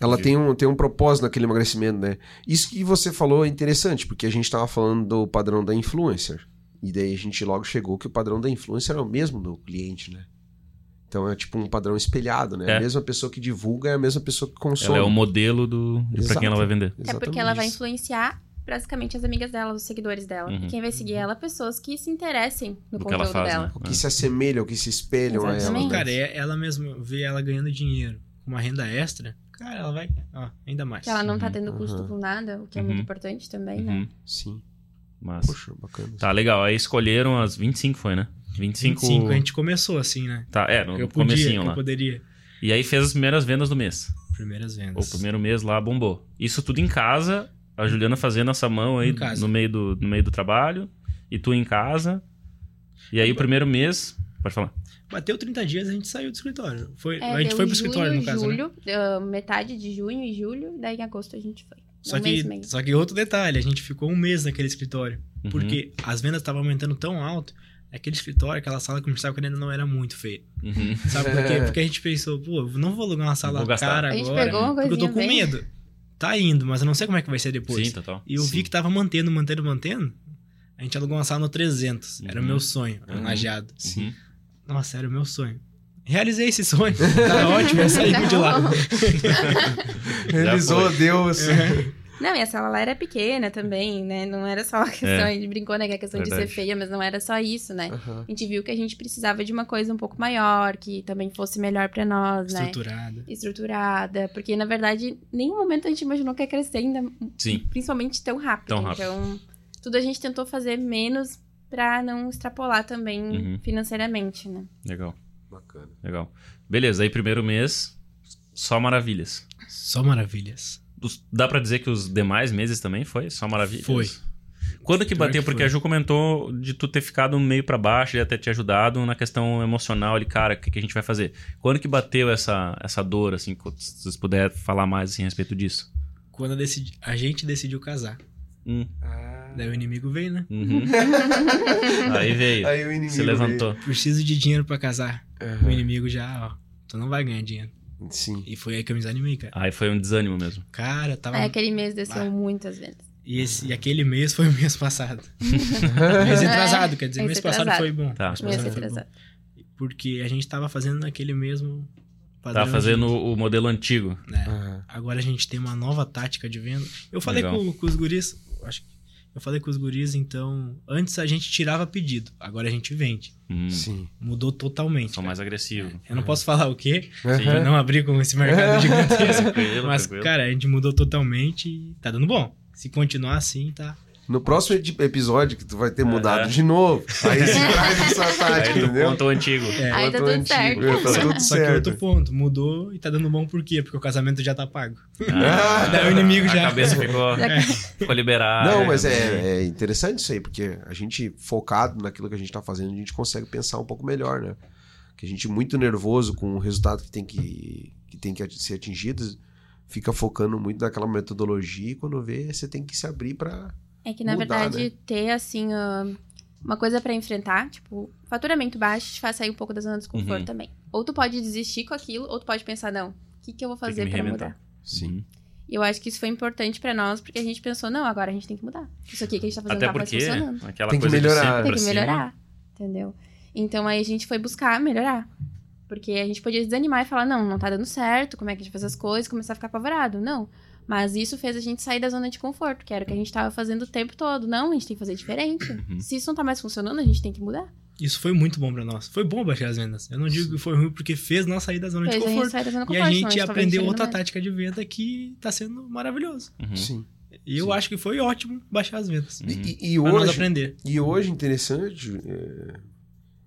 Ela tem um, tem um propósito naquele emagrecimento, né? Isso que você falou é interessante, porque a gente tava falando do padrão da influencer. E daí a gente logo chegou que o padrão da influencer é o mesmo do cliente, né? Então é tipo um padrão espelhado, né?
É.
A mesma pessoa que divulga é a mesma pessoa que consome.
Ela é o modelo do, de pra
Exato.
quem ela vai vender.
É porque ela vai
Exatamente isso.
influenciar basicamente as amigas dela, os seguidores dela.
Uhum.
E quem vai seguir ela é pessoas que se interessem
Do
no
que
conteúdo
ela faz,
dela.
né?
O que se assemelha, o que se espelha a ela.
Exatamente.
né?
Cara, é ela mesma vê ela ganhando dinheiro com uma renda extra, cara, ela vai, ó, ainda mais.
Que ela não tá
Uhum,
tendo custo
uhum.
com nada, o que é
Uhum.
muito importante também, né?
Uhum.
Sim.
Mas.
Poxa, bacana.
Tá, legal. Aí escolheram as 25, foi, né? 25.
25, a gente começou assim, né?
Tá, é, no
eu podia,
comecinho
eu
lá.
poderia.
E aí fez as primeiras vendas do mês.
Primeiras
O
vendas.
primeiro mês lá bombou. Isso tudo em casa, a Juliana fazendo essa mão aí
Em casa.
no meio, do, no meio do trabalho, e tu em casa. E aí o primeiro mês. Pode falar.
Bateu 30 dias, a gente saiu do escritório. Foi,
É,
a gente
deu
foi pro
junho,
escritório, no caso, né?
julho, ah, metade de junho e julho, daí em agosto a gente foi.
Só
um mês e
que,
meio.
só que outro detalhe, a gente ficou um mês naquele escritório.
Uhum.
Porque as vendas estavam aumentando tão alto, aquele escritório, aquela sala comercial que ainda não era muito feia.
Uhum.
Sabe por quê? Porque a gente pensou, pô, eu não vou alugar uma sala
Vou gastar.
cara
A gente
agora.
pegou uma
Porque eu
coisinha
tô com
bem...
medo. Tá indo, mas eu não sei como é que vai ser depois.
Sim, total.
e eu
sim.
vi que tava mantendo, mantendo, mantendo. A gente alugou uma sala no 300. Era o
Uhum.
meu sonho, era um
Uhum.
lajeado.
Sim.
Nossa, era o meu sonho. Realizei esse sonho. Tá ótimo, eu saí de lá.
Realizou, Deus.
Uhum.
Né? Não, e a sala lá era pequena também, né? Não era só a questão,
É.
a gente brincou, né? Que a questão de
Verdade.
ser feia, mas não era só isso, né?
Aham.
A gente viu que a gente precisava de uma coisa um pouco maior, que também fosse melhor pra nós, né?
Estruturada.
Estruturada, porque na verdade, em nenhum momento a gente imaginou que ia crescer ainda,
Sim.
principalmente tão rápido.
Tão rápido.
Então, tudo a gente tentou fazer menos pra não extrapolar também
Uhum.
financeiramente, né?
Legal,
Bacana.
legal. Beleza, aí primeiro mês, só maravilhas.
Só maravilhas.
Os- Dá pra dizer que os demais meses também foi? Só maravilhas?
Foi.
Quando que
Pior
bateu?
que
Porque
foi.
a Ju comentou de tu ter ficado meio pra baixo, ele até te ajudado na questão emocional ali, cara, o que, que a gente vai fazer? Quando que bateu essa, essa dor, assim, co- se vocês puderem falar mais assim, a respeito disso?
Quando eu decidi- a gente decidiu casar.
Hum,
Ah,
Daí o inimigo veio, né?
uhum. aí veio,
Aí o inimigo.
se levantou.
Preciso de dinheiro pra casar.
veio.
É.
O
Aham.
um inimigo já, ó, tu não vai ganhar dinheiro.
Sim.
E foi aí que eu me desanimei, cara.
Aí foi um desânimo mesmo.
Cara, eu
Ah.
tava.
Aí, aquele mês desceu
Bah.
muitas vezes.
E, esse- e aquele mês foi o mês passado. mês atrasado, quer dizer,
Mês
mês passado
atrasado.
foi bom.
Tá.
Mês
Mês
passado foi
atrasado.
bom. Porque a gente tava fazendo naquele mesmo padrão.
Tá fazendo o modelo antigo.
de- né?
Aham.
Agora a gente tem uma nova tática de venda. Eu falei
Legal.
com, com os guris, acho que. Eu falei com os guris, então. Antes a gente tirava pedido, agora a gente vende.
Hum,
Sim.
Mudou totalmente.
sou
cara. É,
mais É. agressivo.
Eu não posso falar o quê,
Aham.
Eu não abri com esse mercado gigantesco.
Tranquilo,
Mas,
tranquilo.
cara, a gente mudou totalmente e tá dando bom. Se continuar assim, tá.
No próximo edi- episódio, que tu vai ter mudado
É.
de novo. Aí você traz essa tática,
Aí tu
entendeu?
conta o antigo.
É.
Aí
Quanto
tá tudo
antigo,
certo.
é, Tá tudo
Só que
certo.
outro ponto, mudou e tá dando bom por quê? Porque o casamento já tá pago.
Ah,
Daí o inimigo
a
já-
cabeça ficou, ficou liberada.
Não, mas é, é interessante isso aí, porque a gente focado naquilo que a gente tá fazendo, a gente consegue pensar um pouco melhor, né? Que a gente muito nervoso com o resultado que tem que, que, tem que ati- ser atingido, fica focando muito naquela metodologia e quando vê, você tem que se abrir pra.
É que, na
mudar,
verdade,
né?
ter, assim, ah, uma coisa pra enfrentar, tipo, faturamento baixo te faz sair um pouco da zona de desconforto
Uhum.
também. Ou tu pode desistir com aquilo, ou tu pode pensar, não, o que, que eu vou
Tem que
fazer
me
pra
reinventar.
mudar?
Sim.
E eu acho que isso foi importante pra nós, porque a gente pensou, não, agora a gente tem que mudar. Isso aqui que a gente tá fazendo
Até
tá mais
porque
funcionando.
aquela
Tem que
coisa de
melhorar.
Tem
sempre assim,
que
pra cima.
melhorar, entendeu? Então aí a gente foi buscar melhorar. Porque a gente podia desanimar e falar, não, não tá dando certo, como é que a gente faz as coisas, começar a ficar apavorado. Não. Mas isso fez a gente sair da zona de conforto, que era o que a gente tava fazendo o tempo todo. Não, a gente tem que fazer diferente.
Uhum.
Se isso não tá mais funcionando, a gente tem que mudar.
Isso foi muito bom pra nós. Foi bom baixar as vendas. Eu não digo que foi ruim porque fez nós sair da zona de
Fez a gente
conforto.
sair da zona de
E
conforto.
a
senão tá
gente
tava
aprendeu
enxergando
outra
mais.
tática de venda que tá sendo maravilhoso.
Uhum.
Sim.
E eu
Sim.
acho que foi ótimo baixar as vendas.
Uhum.
E, e- e
Pra nós
hoje,
aprender.
E hoje, interessante, é-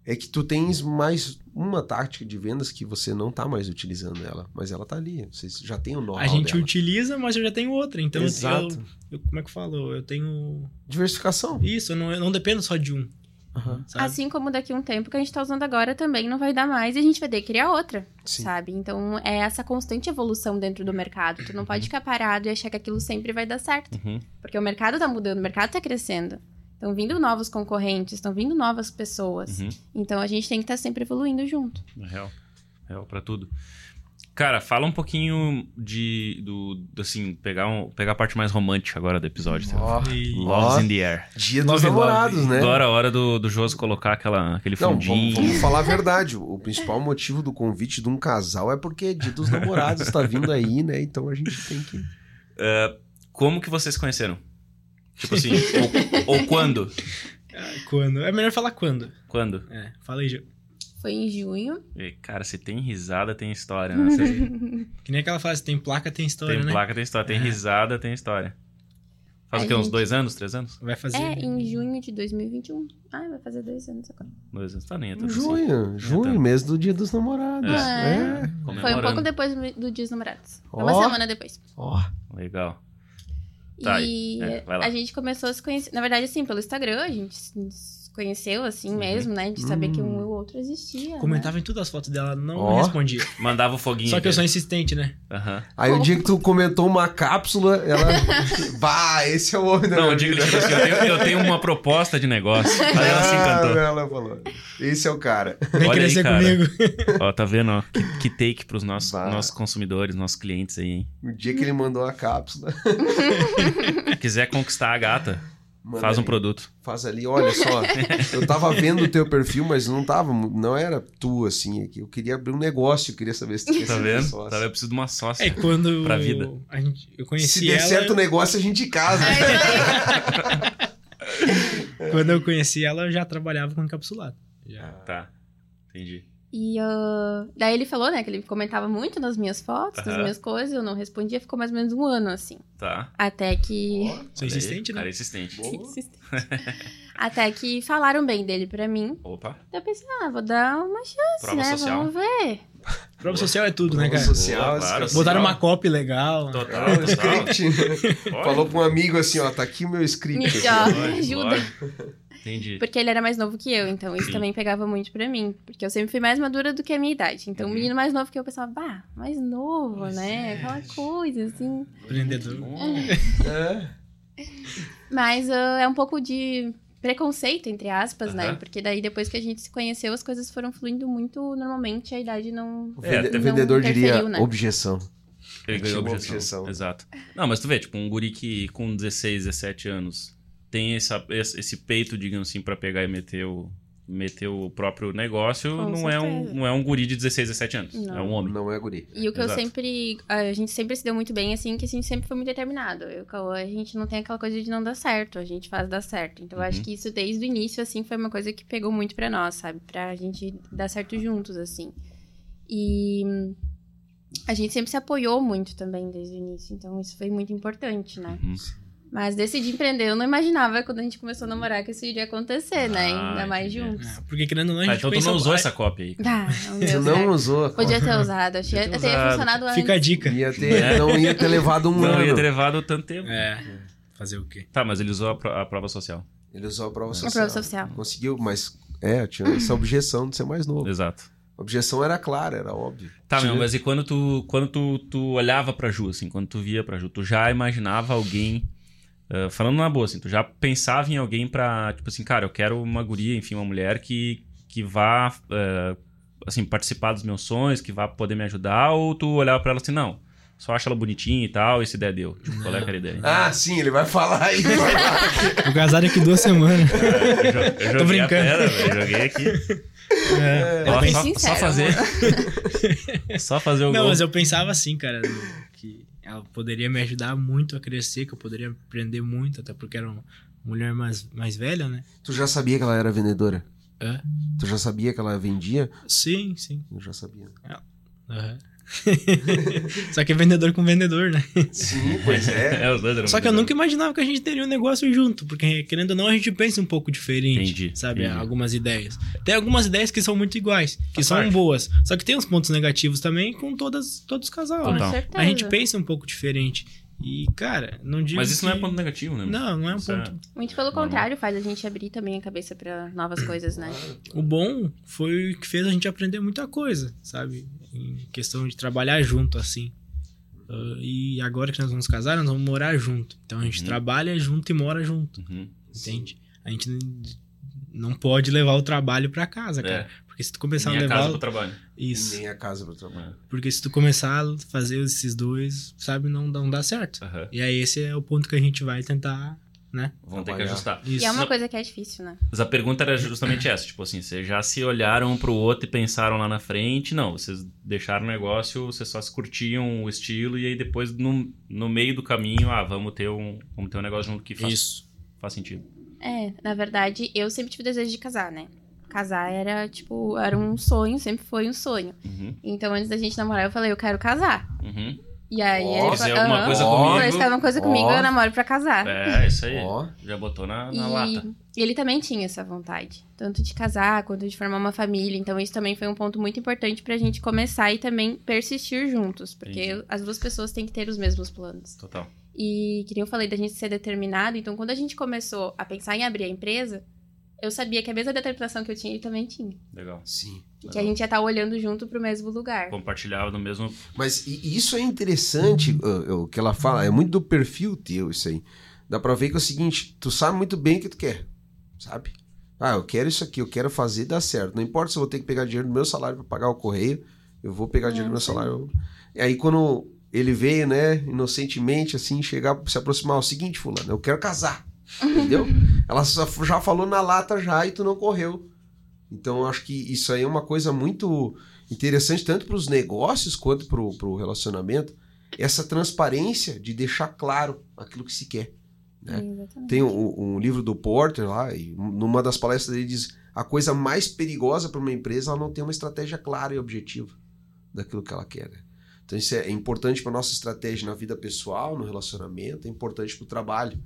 é, que tu tens mais uma tática de vendas que você não tá mais utilizando ela, mas ela tá ali. Você já tem o know-how
A gente
dela.
utiliza, mas eu já tenho outra. Então, eu-
Exato.
Eu, eu- como é que eu falo? Eu tenho.
Diversificação.
Isso, eu não, eu não dependo só de um.
Aham,
Sabe?
Assim como daqui a um tempo que a gente tá usando agora também não vai dar mais e a gente vai ter que criar outra,
Sim.
sabe? Então é essa constante evolução dentro do mercado. Tu não
Uhum.
pode ficar parado e achar que aquilo sempre vai dar certo.
Uhum.
Porque o mercado tá mudando, o mercado tá crescendo. Estão vindo novos concorrentes, estão vindo novas pessoas.
Uhum.
Então a gente tem que estar sempre evoluindo junto.
Na real. Real pra tudo. Cara, fala um pouquinho de. Do, do, assim, pegar, um, pegar a parte mais romântica agora do episódio. tá?
Ó, né?
E-
Loves
Ó.
in the air.
dia dos
Love, love.
namorados, né?
Agora é a hora do, do Josi colocar aquela, aquele
Não,
fundinho.
vamos, vamos falar a verdade. O principal motivo do convite de um casal é porque é dia dos namorados tá vindo aí, né? Então a gente tem que.
Como que vocês se conheceram? Tipo assim, ou, ou quando?
Ah, Quando? É melhor falar quando.
Quando?
É, fala aí, Ju.
Foi em junho.
E, cara, se tem risada, tem história. Né? Você-
Que nem aquela frase, tem placa, tem história,
tem
né?
placa, tem história. Tem
É.
risada, tem história. Faz
A
o quê? Uns
gente-
dois anos? Três anos?
Vai fazer.
É, em junho de 2021. Ah, vai fazer dois anos agora.
Dois anos. Tá nem. é tanto assim.
Junho, junho,
Então.
mês do dia dos namorados.
É.
É.
Foi um
Comemorando.
pouco depois do- do Dia dos Namorados. Foi Uma
Ó.
semana depois.
Ó,
Legal. Tá,
e
é, vai lá.
a gente começou a se conhecer. Na verdade, assim, pelo Instagram, a gente se conheceu assim
Uhum.
mesmo, né? De saber que um
Hum.
e o outro existia. né?
Comentava em todas as fotos dela, não
Ó.
respondia.
Mandava o foguinho.
Só que eu sou
dele.
insistente, né?
Aham.
Aí o
Como?
dia que tu comentou uma cápsula, ela. bah, esse é o homem da
Não,
minha
eu digo
vida.
tipo assim, eu tenho, eu tenho uma proposta de negócio. Aí ela se encantou.
Ah, ela falou. Esse é o cara.
Vem
Olha aí,
crescer
cara.
comigo.
Ó, tá vendo, ó? Que, que take pros nossos,
Bah.
nossos consumidores, nossos clientes aí, hein?
O dia que ele mandou a cápsula.
Se quiser conquistar a gata,
manda
faz um
ali.
produto.
Faz ali, olha só. eu tava vendo o teu perfil, mas não tava. Não era tu, assim. é que Eu queria abrir um negócio, eu queria saber se tu queria
é
Tá
ser
vendo?
sócio.
Tá vendo? Eu preciso de uma
É, e
sócia.
quando
Pra vida.
A gente, eu conheci
Se der
ela,
certo o
né?
negócio, a gente casa.
É.
né?
quando eu conheci ela, eu já trabalhava com encapsulado. Já.
Tá. Entendi.
E ah, daí ele falou, né, que ele comentava muito nas minhas fotos, nas
Aham.
minhas coisas, eu não respondia, ficou mais ou menos um ano assim.
Tá.
Até que.
Sou
Olha aí,
insistente, né?
Cara, é insistente.
Até que falaram bem dele pra mim.
Opa.
Daí eu pensei, ah, vou dar uma chance,
Prova
né?
social.
Vamos ver.
Prova social é tudo, né,
Prova
cara?
social. assim,
claro.
esse
Botaram
social.
uma copy legal. um
Total,
Ah, o
total.
script.
Olha,
Falou com um amigo assim, ó, tá aqui o meu script.
Me
Assim,
joga,
olha,
me ajuda.
olha. Entendi.
Porque ele era mais novo que eu, então isso
Sim.
também pegava muito pra mim. Porque eu sempre fui mais madura do que a minha idade. Então, o
Uhum.
menino mais novo que eu pensava, bah, mais novo,
Pois
né?
é.
Aquela coisa, assim.
Empreendedor.
Hum,
É.
Mas ah, é um pouco de preconceito, entre aspas, né?
Aham.
Porque daí, depois que a gente se conheceu, as coisas foram fluindo muito normalmente, a idade não.
O
É,
vende-
até-
o vendedor
Não
diria
interferiu, né?
objeção.
Ele
Ele
ganhou
tinha uma
objeção.
objeção.
Exato. Não, mas tu vê, tipo, um guri que com 16, 17 anos tem essa, esse esse peito, digamos assim, pra pegar e meter o, meter o próprio negócio,
Com
não é, um,
certeza.
não é um guri de 16, 17 anos.
Não.
É um homem.
Não é guri.
E o que
Exato.
eu sempre. A gente sempre se deu muito bem, assim, que a gente sempre foi muito determinado. Eu, e o Cauã, a gente não tem aquela coisa de não dar certo, a gente faz dar certo. Então eu acho
Uhum.
que isso desde o início, assim, foi uma coisa que pegou muito pra nós, sabe? Pra gente dar certo juntos, assim. E hum, a gente sempre se apoiou muito também desde o início, então isso foi muito importante, né?
Uhum.
Mas decidir empreender, eu não imaginava quando a gente começou a namorar que isso iria acontecer, né?
Ah,
Ainda mais
entendi.
juntos.
É, porque querendo ou não, a
Tá,
gente
então tu
pensa,
não usou
"Ah,
essa cópia aí.
Tá, não
Tu
deu
não
certo.
usou.
Podia ter usado, achei,
Podia ter
até ia
usado.
funcionado antes.
Fica a dica.
Ia ter, não ia ter levado um
Não,
ano.
ia ter levado tanto tempo.
É. Fazer o quê?
Tá, mas ele usou a, pro- a prova social.
Ele usou a prova
A
social. Então,
prova social.
Conseguiu, mas é, tinha essa objeção de ser mais novo.
Exato.
A objeção era clara, era óbvio.
Tá,
Tinha-
meu, mas e quando tu, quando tu, tu olhava pra Ju, assim, quando tu via pra Ju, tu já imaginava alguém. ah, falando na boa, assim, tu já pensava em alguém pra, tipo assim, cara, eu quero uma guria, enfim, uma mulher que, que vá, eh, ah, assim, participar dos meus sonhos, que vá poder me ajudar, ou tu olhava pra ela assim, não, só acha ela bonitinha e tal, e se der, deu. Tipo, qual é aquela ideia?
Ah, sim, ele vai falar aí.
O casado aqui duas semanas.
Eu, jo- eu joguei
Tô
a
brincando.
pedra, velho, joguei aqui.
É.
Ó,
bem
só,
sincero,
só fazer. só fazer o
Não,
gol.
mas eu pensava assim, cara, do- que ela poderia me ajudar muito a crescer, que eu poderia aprender muito, até porque era uma mulher mais, mais velha, né?
tu já sabia que ela era vendedora?
Hã?
Tu já sabia que ela vendia?
Sim, sim.
Eu já sabia.
Aham. Só que é vendedor com vendedor, né?
Sim, pois
É, os dois eram
Só que eu
muito
nunca imaginava que a gente teria um negócio junto, porque querendo ou não, a gente pensa um pouco diferente,
Entendi,
sabe?
entendi. Tá
Algumas ideias. Tem algumas ideias que são muito iguais, que
Faz
são
parte.
boas. Só que tem uns pontos negativos também com todas, todos os casais,
Total.
né?
Então,
Com certeza.
A gente pensa um pouco diferente. E, cara, não digo
Mas isso não é
que-
ponto negativo, né?
Não, não é um
Isso é-
ponto.
Muito pelo
Normal.
contrário, faz a gente abrir também a cabeça pra novas coisas, né?
O bom foi o que fez a gente aprender muita coisa, sabe? Em questão de trabalhar junto, assim. Ah, e agora que nós vamos casar, nós vamos morar junto. Então a gente
Uhum.
trabalha junto e mora junto,
Uhum.
entende? A gente n- não pode levar o trabalho pra casa,
É.
cara. Porque se tu começar
Minha
a
casa tá
levar.
pro trabalho.
Isso.
Nem a casa pra trabalhar.
Porque se tu começar a fazer esses dois, sabe, não, não dá certo.
Aham.
E aí esse é o ponto que a gente vai tentar, né?
Vão ter que
Trabalhar.
ajustar.
Isso.
E é uma
Não.
coisa que é difícil, né?
Mas a pergunta era justamente essa, tipo assim, vocês já se olharam um pro outro e pensaram lá na frente? Não, vocês deixaram o negócio, vocês só se curtiam o estilo e aí depois no, no meio do caminho, ah, vamos ter um, vamos ter um negócio junto que faz,
Isso.
faz sentido.
É, na verdade, eu sempre tive desejo de casar, né? Casar era, tipo, era um sonho, sempre foi um sonho.
Uhum,
Então, antes da gente namorar, eu falei, eu quero casar.
uhum.
E aí,
Ó,
ele
Fazer
falou,
alguma
"Aham."
coisa
Ó.
Falou, se
comigo.
fizer alguma coisa comigo,
Ó.
eu namoro pra casar.
É, isso aí.
Ó,
Já botou na, na lata.
Ah. E ele também tinha essa vontade, tanto de casar quanto de formar uma família. Então, isso também foi um ponto muito importante pra gente começar e também persistir juntos, porque
Entendi.
as duas pessoas têm que ter os mesmos planos.
Total.
E que nem eu falei da gente ser determinado, então quando a gente começou a pensar em abrir a empresa, eu sabia que a mesma determinação que eu tinha, ele também tinha.
Legal.
sim.
E que a
Legal.
gente ia estar olhando junto pro mesmo lugar.
Compartilhava no mesmo.
Mas i- isso é interessante, uh, uh, o que ela fala, é muito do perfil teu isso aí. Dá pra ver que é o seguinte, tu sabe muito bem o que tu quer, sabe? Ah, eu quero isso aqui, eu quero fazer dar certo. Não importa se eu vou ter que pegar dinheiro do meu salário pra pagar o correio, eu vou pegar dinheiro do meu salário. E aí quando ele veio, né, inocentemente, assim, chegar, se aproximar, é o seguinte, fulano, eu quero casar, entendeu? Ela só- já falou na lata já e tu não correu. Então, eu acho que isso aí é uma coisa muito interessante tanto para os negócios quanto para o relacionamento, essa transparência de deixar claro aquilo que se quer. É.
Exatamente.
Tem um, um livro do Porter lá, e numa das palestras ele diz a coisa mais perigosa para uma empresa é ela não ter uma estratégia clara e objetiva daquilo que ela quer. né? Então isso é é importante para nossa estratégia na vida pessoal, no relacionamento, é importante para o trabalho.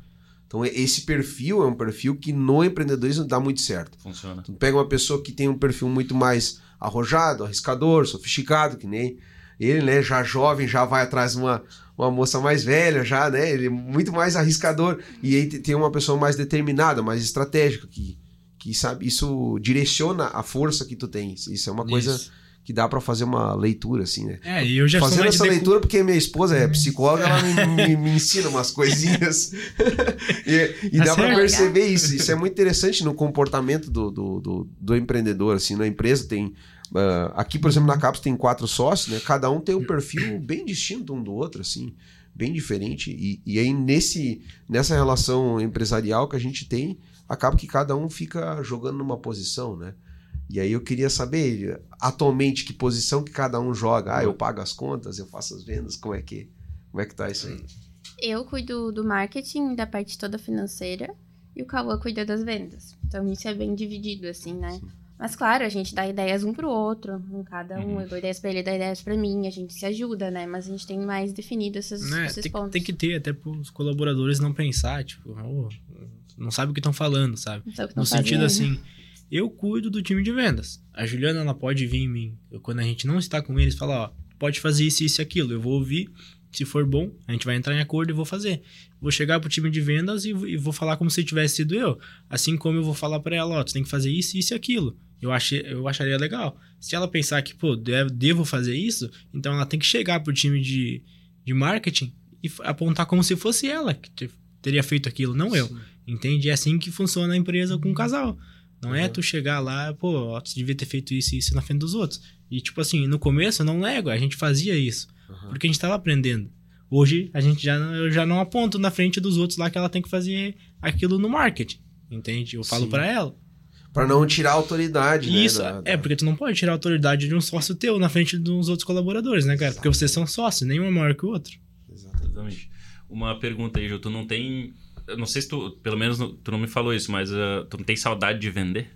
Então e- esse perfil é um perfil que no empreendedorismo dá muito certo.
Funciona.
Tu pega uma pessoa que tem um perfil muito mais arrojado, arriscador, sofisticado, que nem ele, né? Já jovem, já vai atrás de uma, uma moça mais velha, já, né? Ele é muito mais arriscador. E aí te- tem uma pessoa mais determinada, mais estratégica, que, que sabe, isso direciona a força que tu tem. Isso é uma coisa
Isso.
que dá pra fazer uma leitura, assim, né?
É, e eu já sou
Fazendo
mais
essa
de decu-
leitura, porque minha esposa é psicóloga, ela me, me- me ensina umas coisinhas. e e
Tá
dá pra
certo.
perceber isso. Isso é muito interessante no comportamento do, do, do- do empreendedor. Assim, na empresa tem. ah, aqui, por exemplo, na CAPS tem quatro sócios, né? Cada um tem um perfil bem distinto um do outro, assim, bem diferente. E, e aí, nesse, nessa relação empresarial que a gente tem, acaba que cada um fica jogando numa posição, né? E aí eu queria saber atualmente que posição que cada um joga. Ah, eu pago as contas, eu faço as vendas, como é que como é que tá isso aí?
Eu cuido do marketing, da parte toda financeira, e o Cauã cuida das vendas. Então isso é bem dividido, assim, né? Mas claro, a gente dá ideias um pro outro, um cada um.
Uhum.
Eu dou ideias pra ele, ele dá ideias pra mim, a gente se ajuda, né? Mas a gente tem mais definido esses,
né?
esses
Tem, que-
pontos.
tem que ter, até para os colaboradores não pensar, tipo, "Ô, não sabe o que estão falando, sabe?
Então, o que
No
não fazem
sentido
é-
assim, eu cuido do time de vendas. A Juliana, ela pode vir em mim. Eu- quando a gente não está com eles, fala, ó, pode fazer isso, isso e aquilo. Eu vou ouvir, se for bom, a gente vai entrar em acordo e vou fazer. Vou chegar pro time de vendas e, vou- e vou falar como se tivesse sido eu. Assim como eu vou falar para ela, ó, tu tem que fazer isso, isso e aquilo. Eu, achei, eu acharia legal. Se ela pensar que, pô, de- devo fazer isso, então ela tem que chegar pro time de, de marketing e f- apontar como se fosse ela que te- teria feito aquilo, não eu. Entende? É assim que funciona a empresa com o casal. Não é
Uhum.
tu chegar lá, pô, ó, tu devia ter feito isso e isso na frente dos outros. E tipo assim, no começo eu não nego, a gente fazia isso.
Aham.
porque a gente estava aprendendo. Hoje a gente já não- eu já não aponto na frente dos outros lá que ela tem que fazer aquilo no marketing, entende? Eu falo
Sim.
pra ela.
Pra não tirar a autoridade, né?
Isso,
da- da-
é porque tu não pode tirar a autoridade de um sócio teu na frente dos outros colaboradores, né, cara? Porque vocês são sócios, nenhum é maior que o outro.
Exatamente.
Exatamente. Uma pergunta aí, Ju. Tu não tem. Eu não sei se tu. Pelo menos não- tu não me falou isso, mas ah, tu não tem saudade de vender?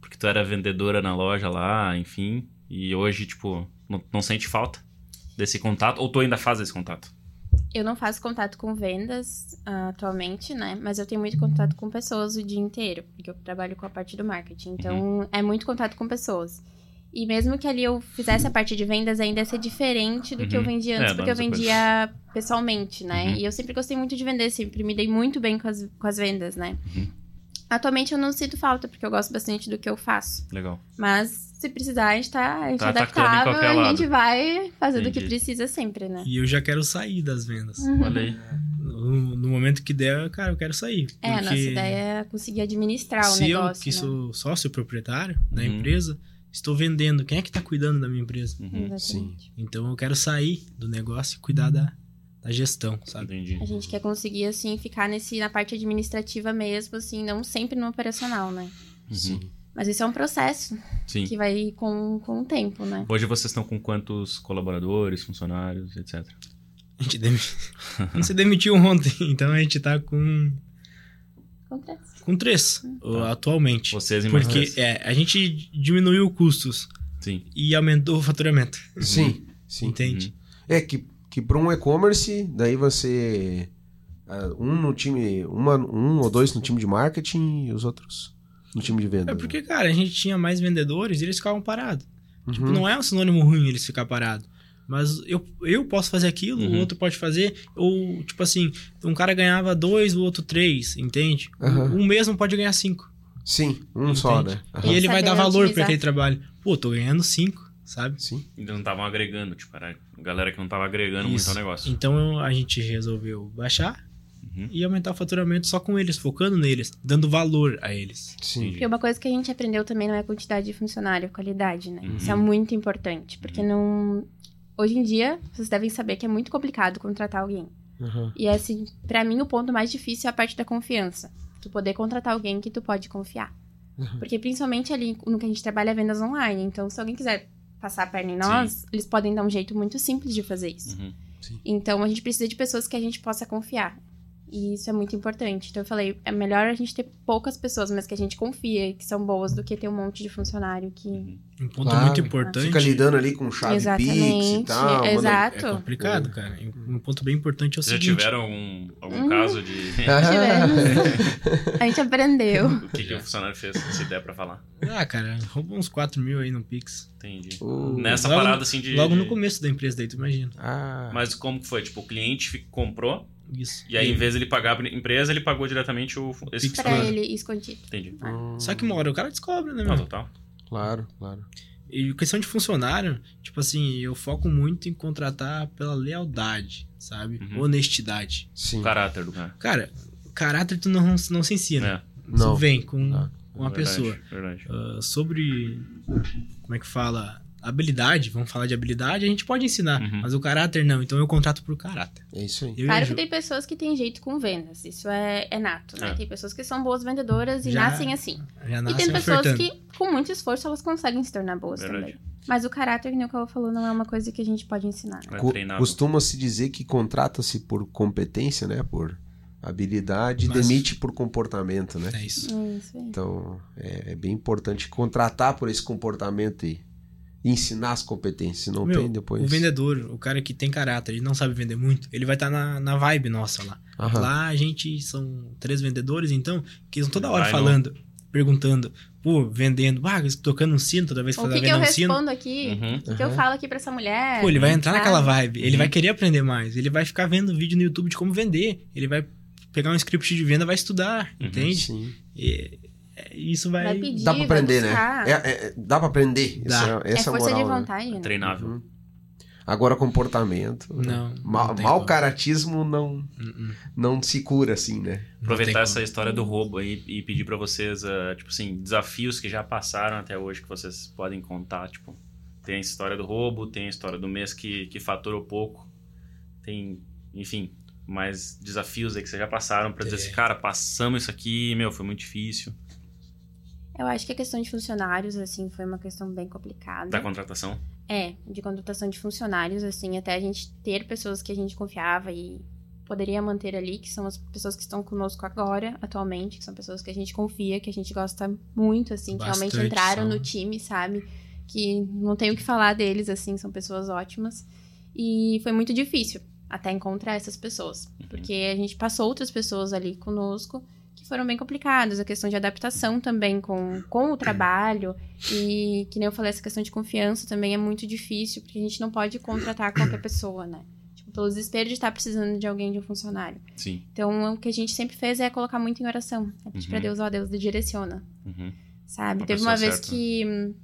Porque tu era vendedora na loja lá, enfim. E hoje, tipo, não, não sente falta desse contato? Ou tu ainda faz esse contato?
Eu não faço contato com vendas ah, atualmente, né? Mas eu tenho muito contato com pessoas o dia inteiro, porque eu trabalho com a parte do marketing. Então,
Uhum.
é muito contato com pessoas. E mesmo que ali eu fizesse a parte de vendas, ainda ia ser diferente do que eu
Uhum.
vendia
É,
antes,
não
porque
é
eu
a mesma
vendia pessoalmente, né?
Uhum.
E eu sempre gostei muito de vender, sempre me dei muito bem com as, com as vendas, né?
Uhum.
Atualmente eu não sinto falta, porque eu gosto bastante do que eu faço.
Legal.
Mas se precisar, a gente tá, a gente
Tá
é
atacando em
adaptável,
qualquer
a
lado.
gente vai fazendo o que
Entendi.
precisa sempre, né?
E eu já quero sair das vendas.
Uhum.
Olha aí.
No, no momento que der, cara, eu quero sair.
É, a nossa
porque
ideia é conseguir administrar o
Se eu,
negócio.
que
né?
sou sócio proprietário da
Uhum.
empresa, estou vendendo. Quem é que tá cuidando da minha empresa?
Uhum.
Exatamente.
Então eu quero sair do negócio e cuidar da, da gestão, sabe?
Entendi.
A gente quer conseguir, assim, ficar nesse, na parte administrativa mesmo, assim, não sempre no operacional, né?
Uhum.
Sim.
Mas isso é um processo
Sim.
que vai com, com o tempo, né?
Hoje vocês estão com quantos colaboradores, funcionários, etc.
A gente demi... a gente se demitiu ontem, então a gente tá com,
Acontece.
com três ó,
Tá.
atualmente.
Vocês e mais
Porque
três.
é, a gente diminuiu custos
Sim. Uhum.
e aumentou o faturamento,
Sim, sim.
entende?
É que, que para um e-commerce, daí você. ah, um no time. Uma, um ou dois no time de marketing e os outros no time de
Uhum.
venda. né?
É porque, cara, a gente tinha mais vendedores e eles ficavam parados.
Uhum.
Tipo, não é um sinônimo ruim eles ficar parados. Mas eu, eu posso fazer aquilo,
Uhum.
o outro pode fazer. Ou, tipo assim, um cara ganhava dois, o outro três, entende?
Aham.
Um mesmo pode ganhar cinco.
Sim, um só,
Entende?
né?
é- E ele vai
Saber
dar valor pra
otimizar.
aquele trabalho. Pô, tô ganhando cinco, sabe?
Sim.
Ainda não estavam agregando, tipo, era a galera que não tava agregando
Isso.
muito ao negócio.
Então eu- a gente resolveu baixar
Uhum.
e aumentar o faturamento só com eles, focando neles, dando valor a eles.
Sim.
E uma coisa que a gente aprendeu também não é a quantidade de funcionário, é a qualidade, né?
Uhum.
Isso é muito importante, porque não... Hoje em dia, vocês devem saber que é muito complicado contratar alguém.
Aham.
E assim, pra mim o ponto mais difícil é a parte da confiança. Tu poder contratar alguém que tu pode confiar.
Uhum.
Porque principalmente ali no que a gente trabalha é vendas online. Então, se alguém quiser passar a perna em nós, eles podem dar um jeito muito simples de fazer isso.
Uhum.
Então, a gente precisa de pessoas que a gente possa confiar. E isso é muito importante. Então, eu falei, é melhor a gente ter poucas pessoas, mas que a gente confia e que são boas, do que ter um monte de funcionário
Uhum.
que.
Um ponto
Claro.
muito importante.
Fica lidando ali com chave Pix e
Exatamente.
tal. mano.
É
Exato.
complicado, cara. E Um ponto bem importante é o
Vocês já
seguinte.
tiveram algum, algum
Uhum.
caso de.
É.
Ah.
Tivemos. a gente aprendeu.
O que, que o funcionário fez, se der pra falar?
Ah, cara, roubou uns 4 mil aí no Pix.
Entendi.
Uh,
Nessa
Logo-
parada assim de.
Logo no
de-
começo da empresa daí, tu imagina.
Ah,
Mas como que foi? Tipo, o cliente fi- comprou
Isso.
e aí, em vez de ele pagar a empresa, ele pagou diretamente o fu- esse
Pix
Pra
funcionário.
ele escondido.
Entendi.
hum,
Só que uma hora o cara descobre, né,
Não,
meu?
total.
Claro, claro.
E questão de funcionário, tipo assim, eu foco muito em contratar pela lealdade, sabe?
Uhum.
Honestidade.
Sim.
O caráter do cara.
Cara, caráter tu não, não se
É,
ensina.
Não.
Tu vem com
Não.
uma
verdade,
pessoa.
Verdade.
Ah, sobre. Como é que fala? Habilidade, vamos falar de habilidade, a gente pode ensinar,
Uhum.
mas o caráter não, então eu contrato por caráter.
É isso aí.
Eu e a
Claro que
Ju.
tem pessoas que têm jeito com vendas, isso é, é nato, né?
É.
Tem pessoas que são boas vendedoras e
Já
nascem assim.
Já
E
nasce
tem pessoas
ofertando.
que, com muito esforço, elas conseguem se tornar boas
Verdade.
também. Mas o caráter, que o Cauã falou, não é uma coisa que a gente pode ensinar.
Ah,
né?
É
Co-
treinável.
Costuma-se dizer que contrata-se por competência, né? Por habilidade, e
Mas-
demite por comportamento, né?
É isso.
É isso aí.
Então, é, é bem importante contratar por esse comportamento e ensinar as competências. Se não
Meu,
tem, depois...
O vendedor, o cara que tem caráter, ele não sabe vender muito, ele vai estar na, na vibe nossa lá.
Aham.
Lá a gente são três vendedores, então, que eles estão toda
Ele
hora
vai
falando, perguntando, pô, vendendo, ah, tocando um sino toda vez que
O
fala
que, que eu
vender um sino.
respondo é, aqui?
Uhum.
O que eu
Aham.
falo aqui pra essa mulher?
Pô, ele vai entrar
sabe?
naquela vibe, ele
Uhum.
vai querer aprender mais, ele vai ficar vendo vídeo no YouTube de como vender, ele vai pegar um script de venda, vai estudar,
Uhum.
entende?
Sim.
E- é, isso vai.
Vai pedir.
Dá pra
vai
aprender, né?
buscar.
É- é- é- dá pra aprender.
Dá.
Essa,
É
essa a
força
moral,
de
né?
vontade, né?
Treinável.
Uhum. Agora, comportamento.
Não.
Ma
não tem
mal
como.
caratismo não,
Uhum.
não se cura, assim, né?
Não tem
Aproveitar
como.
essa história do roubo aí e pedir pra vocês, ah, tipo assim, desafios que já passaram até hoje que vocês podem contar, tipo, Tem a história do roubo, tem a história do mês que, que faturou pouco. Tem, enfim, mais desafios aí que vocês já passaram pra dizer
Tem.
assim, cara, passamos isso aqui, meu, foi muito difícil.
Eu acho que a questão de funcionários, assim, foi uma questão bem complicada.
Tá
Da
Uhum.
contratação.
É, de contratação de funcionários, assim, até a gente ter pessoas que a gente confiava e poderia manter ali, que são as pessoas que estão conosco agora, atualmente, que são pessoas que a gente confia, que a gente gosta muito, assim, que realmente
Bastante,
entraram
são.
no time, sabe? Que não tenho o que falar deles, assim, são pessoas ótimas. E foi muito difícil até encontrar essas pessoas, porque a gente passou outras pessoas ali conosco que foram bem complicadas, a questão de adaptação também com, com o trabalho e, que nem eu falei, essa questão de confiança também é muito difícil, porque a gente não pode contratar qualquer pessoa, né? Tipo, pelo desespero de estar precisando de alguém, de um funcionário.
Sim.
Então, o que a gente sempre fez é colocar muito em oração. É pedir pra
Uhum.
Deus, ó Deus, direciona
Uhum.
sabe?
Uma
Teve uma
pessoa
vez
certa.
que. hum,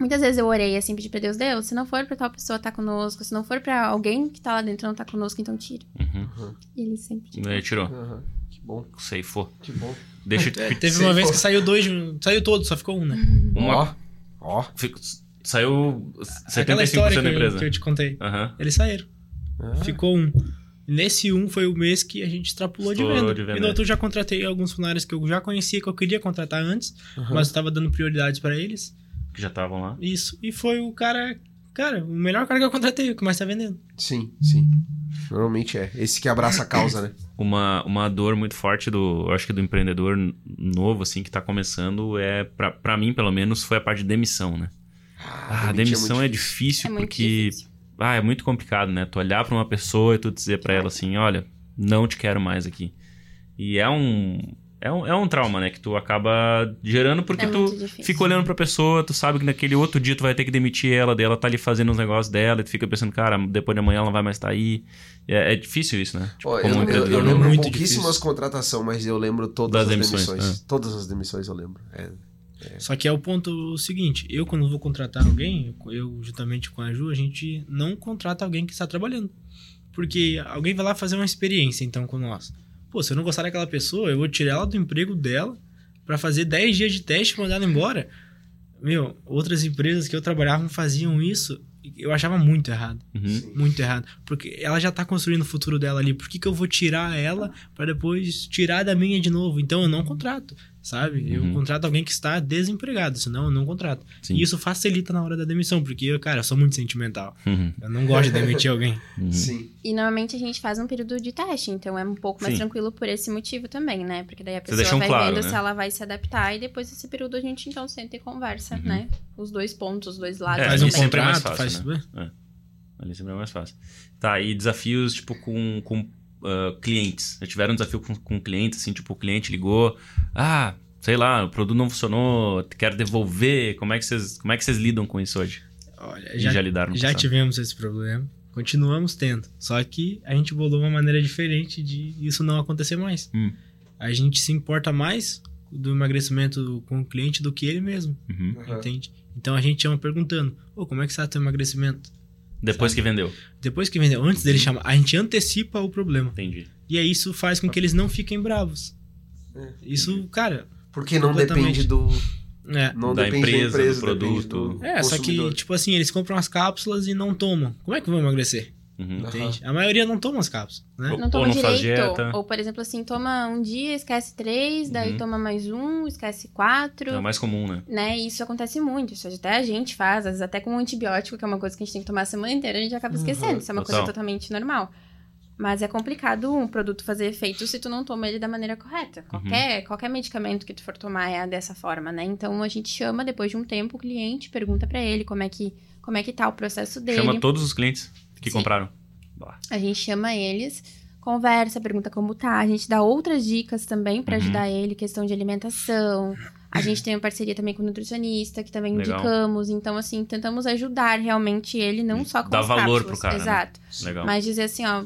Muitas vezes eu orei assim, pedi pra Deus, Deus, se não for pra tal pessoa tá conosco, se não for pra alguém que tá lá dentro não tá conosco, então tira.
Uhum.
E ele sempre tira.
Daí tirou.
Aham. Que bom,
Ceifou.
que bom.
Deixa eu te...
Teve uma vez que saiu dois, saiu todo, só ficou um, né?
uma...
Ó, ó.
Fico- Saiu
Aquela história
75% da
que eu, que
empresa.
eu te contei.
Aham.
Eles saíram.
Ah,
Ficou um. Nesse um foi o mês que a gente extrapolou de
Estourou
venda.
de venda. é.
E no outro eu já contratei alguns funcionários que eu já conhecia, que eu queria contratar antes,
Aham.
mas eu tava dando prioridade pra eles.
Que já estavam lá.
Isso. E foi o cara. Cara, o melhor cara que eu contratei, o que mais tá vendendo.
Sim, sim. Normalmente é. Esse que abraça a causa, né?
uma, uma dor muito forte do, eu acho que do empreendedor n- novo, assim, que tá começando, é, pra, pra mim, pelo menos, foi a parte de demissão, né? Ah, a
demitir
demissão
muito
é
difícil.
difícil,
É muito
porque.
difícil.
Ah, é muito complicado, né? Tu olhar pra uma pessoa e tu dizer pra ela assim: olha, não te quero mais aqui. E é um. É um, é um trauma, né? Que tu acaba gerando porque
É
tu
muito difícil.
fica olhando pra pessoa, tu sabe que naquele outro dia tu vai ter que demitir ela, daí ela tá ali fazendo uns negócios dela, e tu fica pensando, cara, depois de amanhã ela não vai mais estar aí. É, é difícil isso, né?
Ó,
como
eu, eu,
empreendedor,
eu
né?
lembro
Muito
pouquíssimas
difícil.
contratações, mas eu lembro todas
Das
as
demissões, é. Uhum.
demissões. Todas as demissões eu lembro. É.
Só que é o ponto seguinte: eu, quando vou contratar alguém, eu, juntamente com a Ju, a gente não contrata alguém que está trabalhando. Porque alguém vai lá fazer uma experiência, então, com nós. Pô, se eu não gostar daquela pessoa, eu vou tirar ela do emprego dela pra fazer 10 dias de teste e mandar ela embora. Meu, outras empresas que eu trabalhava faziam isso, e eu achava muito errado.
Uhum.
Muito errado. Porque ela já tá construindo o futuro dela ali. Por que, que eu vou tirar ela pra depois tirar da minha de novo? Então eu não contrato, sabe?
Uhum.
Eu contrato alguém que está desempregado, senão eu não contrato.
Sim.
E isso facilita na hora da demissão, porque, eu, cara, eu sou muito sentimental.
Uhum.
Eu não gosto de demitir alguém.
Uhum.
Sim.
E normalmente a gente faz um período de teste, então é um pouco mais
Sim.
tranquilo por esse motivo também, né? Porque daí a pessoa
deixam
vai
claro,
vendo
né?
se ela vai se adaptar e depois desse período a gente então senta e conversa, né? Os dois pontos, os dois lados.
Uhum. É,
faz um
isso
também.
sempre é mais
contrato, faz.
fácil, Ali sempre é mais fácil. Tá, e desafios, tipo, com, com ah, clientes. Já tiveram um desafio com, com clientes, assim, tipo, o cliente ligou, ah, sei lá, o produto não funcionou, quero devolver. Como é que vocês, como é que vocês lidam com isso hoje?
Olha,
E
já,
já lidaram com
já
isso?
tivemos esse problema. Continuamos tendo. Só que a gente bolou uma maneira diferente de isso não acontecer mais.
Hum.
A gente se importa mais do emagrecimento com o cliente do que ele mesmo,
Uhum.
Aham.
entende? Então a gente chama perguntando: Ô, como é que está teu emagrecimento?
Depois que vendeu.
Depois que vendeu, antes dele chamar, a gente antecipa o problema.
Entendi.
E aí isso faz com que eles não fiquem bravos.
É.
Isso, cara,
Porque não depende
Completamente.
do.
é.
Não
Da
depende
empresa,
da empresa,
do
depende
produto.
do
É, só que,
consumidor.
tipo assim, eles compram as cápsulas e não tomam. Como é que vão emagrecer?
Uhum.
Aham.
Entende? A maioria não toma as cápsulas, né?
Ou-
Não toma
ou não
direito.
faz dieta.
Ou, por exemplo, assim, toma um dia, esquece três, daí
Uhum.
toma mais um, esquece quatro.
É o mais comum, né?
né? E isso acontece muito. Isso até a gente faz, às vezes até com um antibiótico, que é uma coisa que a gente tem que tomar a semana inteira, a gente acaba
Uhum,
esquecendo. Isso é uma coisa
total.
totalmente normal. Mas é complicado um produto fazer efeito se tu não toma ele da maneira correta.
Uhum.
Qualquer, qualquer medicamento que tu for tomar é dessa forma, né? Então a gente chama depois de um tempo o cliente, pergunta pra ele como é que como é que tá o processo dele.
Chama todos os clientes que
Sim.
compraram. Bah.
A gente chama eles, conversa, pergunta como tá. A gente dá outras dicas também pra
Uhum.
ajudar ele, questão de alimentação. A gente tem uma parceria também com o nutricionista, que também
Legal.
indicamos. Então, assim, tentamos ajudar realmente ele, não só com
Uhum. Dá
as
valor pro
cápsulas.
cara, né?
Exato.
Legal.
Mas dizer assim, ó,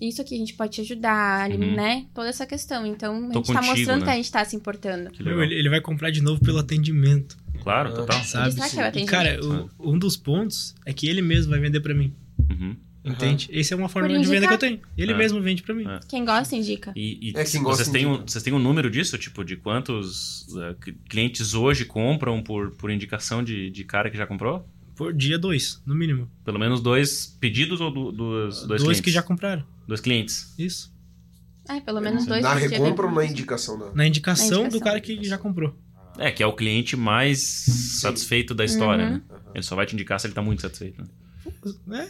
isso aqui a gente pode te ajudar, ali,
Uhum.
né? Toda essa questão. Então, a
Tô
gente tá
contigo,
mostrando
né?
que a gente tá se importando.
Que
Meu,
legal.
ele, ele vai comprar de novo pelo atendimento,
Claro, total.
sabe?
Será que é,
sim.
ela
E,
tem
cara, o- um dos pontos é que ele mesmo vai vender pra mim,
Uhum.
Aham.
entende? Essa é uma forma
Por
de venda que
indicar.
eu tenho. Ele
É.
mesmo vende pra mim.
É.
Quem gosta, indica.
E, e
É quem gosta
vocês, têm um,
indica.
vocês têm um número disso? Tipo, de quantos eh, cl- clientes hoje compram por, por indicação de, de cara que já comprou?
por dia dois, no mínimo.
Pelo menos dois pedidos ou du- duas, dois,
Dois,
clientes?
que já compraram.
Dois clientes.
Isso.
É, pelo menos dois.
na
por dia bem
recompra ou na
pouco.
indicação da.
Na indicação,
Na indicação.
do cara que já comprou.
É, que é o cliente mais satisfeito da história,
Uhum.
né? Ele só vai te indicar se ele tá muito satisfeito. né?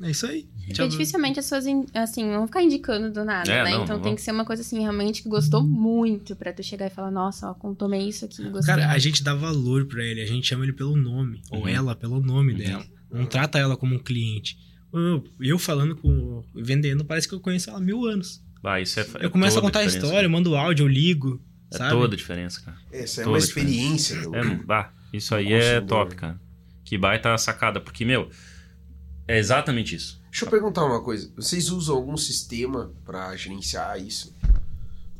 É, é isso aí.
Porque dificilmente as pessoas, in- assim, não vão ficar indicando do nada,
É,
né?
não,
então
não
tem
vão.
que ser uma coisa, assim, realmente que gostou muito pra tu chegar e falar, nossa, ó, com- tomei isso aqui, gostei.
Cara, a gente dá valor pra ele, a gente chama ele pelo nome,
Uhum.
ou ela pelo nome
Uhum.
dela. Não trata ela como um cliente. Eu, eu falando com. vendendo, parece que eu conheço ela há mil anos.
Bah, isso é, é
eu começo a
toda
contar a
diferença, né?
história, eu mando áudio, eu ligo.
É
sabe?
toda a diferença, cara.
Essa é
Toda
uma
a diferença.
experiência, meu.
É, bah, isso aí
Nossa,
é
boa.
top, cara. Que baita sacada, porque, meu, é exatamente isso.
Deixa eu perguntar uma coisa. Vocês usam algum sistema pra gerenciar isso?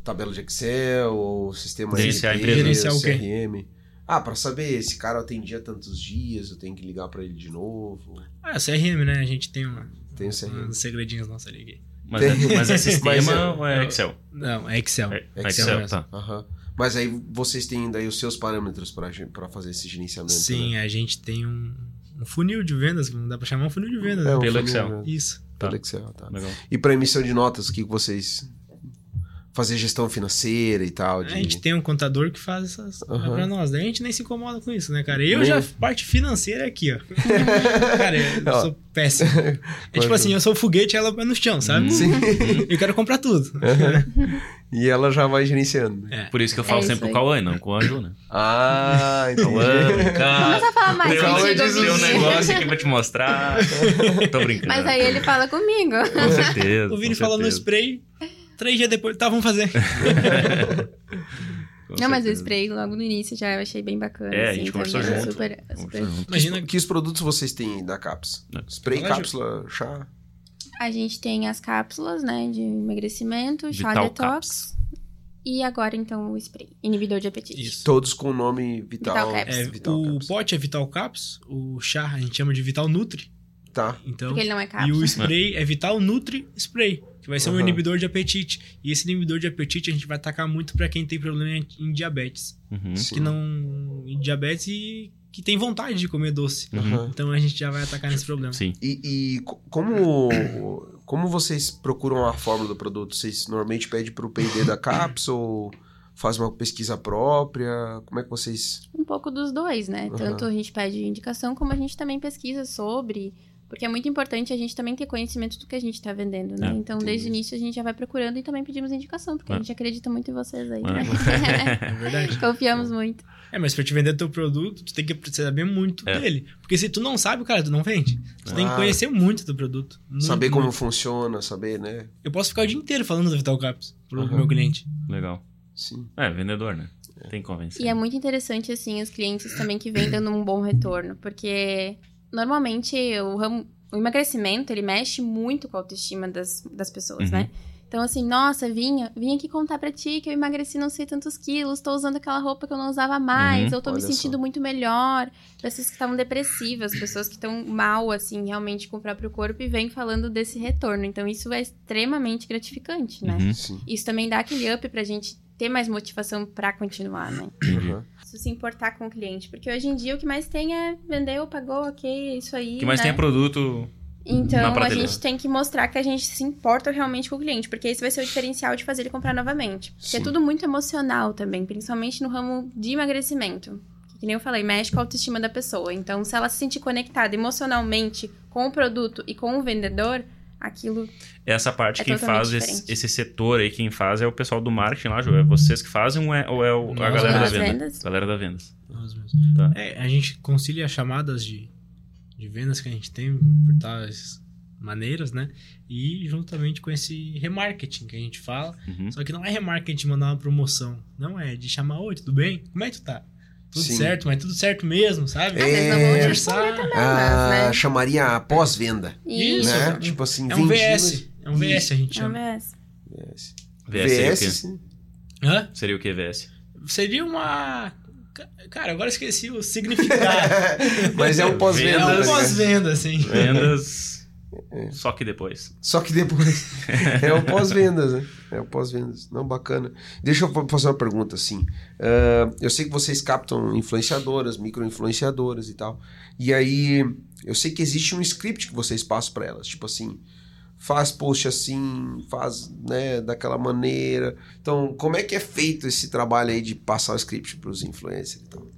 Tabela de Excel ou sistema
Gerenciar
ERP,
a empresa.
Gerenciar o quê?
CRM? Ah, pra saber esse cara atendia tantos dias, eu tenho que ligar pra ele de novo.
Ah, CRM, né? A gente tem uma,
Tem o CRM.
uns segredinhos nossos ali. que-
Mas, é, mas é sistema
Mas é-
ou é Excel?
Não, é Excel.
É,
Excel
é Excel,
mesmo.
tá.
Aham. Mas aí vocês têm daí os seus parâmetros pra gen- pra fazer esse gerenciamento.
Sim,
né?
a gente tem um, um funil de vendas, não dá pra chamar um funil de vendas.
É,
né?
o
Pelo
funil,
Excel.
né?
Isso.
Pelo Excel, tá.
Legal.
E pra emissão de notas, o que vocês. Fazer gestão financeira e tal. De...
A gente tem um contador que faz essas é
Aham.
pra nós. Daí a gente nem se incomoda com isso, né, cara? Eu
Nem-
já, parte financeira é aqui, ó. cara, eu
Ó.
sou péssimo. É tipo
Quando-
assim, eu sou o foguete e ela vai no chão, sabe?
Hum, Sim. É,
Eu quero comprar tudo.
e ela já vai gerenciando.
É.
Por isso que eu
É
falo
isso
sempre
aí.
com o Cauã, e não com o Anjo, né?
Ah, então.
Cauã, cara.
Começa a falar mais
Tem um-
Cauã
é
contigo,
diz
tem um
isso.
Vini.
negócio aqui pra te mostrar. Tô brincando.
é.
Mas aí ele fala comigo.
Com certeza.
O Vini
com
falou no
certeza.
spray, três dias depois, tá, vamos fazer.
Com
Não, mas eu
certeza.
spray logo no início já eu achei bem bacana.
É, a
assim,
gente conversou
também,
junto.
Super, super...
Vamos junto.
Imagina
Que os produtos vocês têm da CAPS?
Não.
Spray,
Fala, Ju.
cápsula, chá.
A gente tem as cápsulas, né, de emagrecimento, chá
Vital
detox. E agora, então, o spray, inibidor de apetite.
isso.
Todos com o nome Vital.
Vital Caps.
É,
Vital
o
Caps.
pote é Vital Caps, o chá a gente chama de Vital Nutri.
Tá.
Então,
Porque ele não é
E
cápsula.
o spray é Vital Nutri Spray, que vai ser um
Aham.
inibidor de apetite. E esse inibidor de apetite a gente vai atacar muito pra quem tem problema em diabetes.
Uhum.
Sim.
Que não. em diabetes e que tem vontade de comer doce.
Aham.
Então a gente já vai atacar nesse problema.
Sim.
E, e co- como, como vocês procuram a forma do produto? Vocês normalmente pedem pro PD da CAPS ou faz uma pesquisa própria? Como é que vocês.
um pouco dos dois, né?
Aham.
Tanto a gente pede indicação, como a gente também pesquisa sobre. Porque é muito importante a gente também ter conhecimento do que a gente está vendendo, né?
É,
então, desde o
entendi.
início, a gente já vai procurando e também pedimos indicação, porque
É.
a gente acredita muito em vocês aí, né?
É verdade.
Confiamos muito.
É, mas pra te vender teu produto, tu tem que saber muito
É.
dele. Porque se tu não sabe, cara, tu não vende. Tu tem que
Ah.
conhecer muito do produto. Muito,
saber como
muito.
funciona, saber, né?
Eu posso ficar o dia inteiro falando da Vital Caps pro
Aham.
meu cliente.
Legal.
Sim.
É, vendedor, né? Tem que convencer.
E é muito interessante, assim, os clientes também que vêm dando um bom retorno, porque normalmente o, ramo- o emagrecimento, ele mexe muito com a autoestima das, das pessoas,
Uhum.
né? Então, assim, nossa, vinha, vim aqui contar pra ti que eu emagreci não sei tantos quilos, tô usando aquela roupa que eu não usava mais,
Uhum.
eu tô me
Olha só.
sentindo muito melhor. Pessoas que estavam depressivas, pessoas que estão mal, assim, realmente com o próprio corpo e vêm falando desse retorno. Então, isso é extremamente gratificante, né?
Uhum.
Sim.
Isso também dá aquele up pra gente ter mais motivação pra continuar, né?
Entendi.
Aham.
se se importar com o cliente. Porque hoje em dia o que mais tem é vendeu, pagou, ok, isso aí.
O que mais
né?
tem é produto. na
Então a
prateleira.
gente tem que mostrar que a gente se importa realmente com o cliente, porque esse vai ser o diferencial de fazer ele comprar novamente. Porque é
Sim.
tudo muito emocional também, principalmente no ramo de emagrecimento. Que, que nem eu falei, mexe com a autoestima da pessoa. Então, se ela se sentir conectada emocionalmente com o produto e com o vendedor, aquilo
Essa parte,
É
quem
totalmente
faz esse,
diferente.
esse setor aí, quem faz é o pessoal do marketing lá, Ju. É vocês que fazem ou é, ou é o- a
Nós
galera da
das
venda?
vendas.
Galera da vendas.
Nós mesmos.
Tá.
É, a gente concilia as chamadas de, de vendas que a gente tem por tais maneiras, né? E juntamente com esse remarketing que a gente fala.
Uhum.
Só que não é remarketing de mandar uma promoção. Não é de chamar, oi, tudo bem? Como é que tu tá? Tudo
Sim.
certo, mas tudo certo mesmo, sabe?
Às vezes não vão te
É.
responder
tá
também,
Ah,
mas, né?
Chamaria a pós-venda,
Isso,
né?
é um-
Tipo assim,
É um
vendido- É,
VS. É um VS a gente
Não, é assim.
chama.
mas...
VS.
VS,
VS,
seria o
sim.
É Hã?
quê? Seria o que, VS?
Seria uma. Ca- Cara, agora eu esqueci o significado.
Mas é um pós-venda.
é
Venda,
um
tá ligado?
pós-venda, assim.
Vendas. Só que depois.
Só que depois é o pós-vendas, né? É o pós-vendas. Não, bacana. Deixa eu fazer uma pergunta assim. Ah, eu sei que vocês captam influenciadoras, micro-influenciadoras e tal. E aí, eu sei que existe um script que vocês passam para elas. Tipo assim, faz post assim, faz né, daquela maneira. Então, como é que é feito esse trabalho aí de passar o script para os influencers e tal?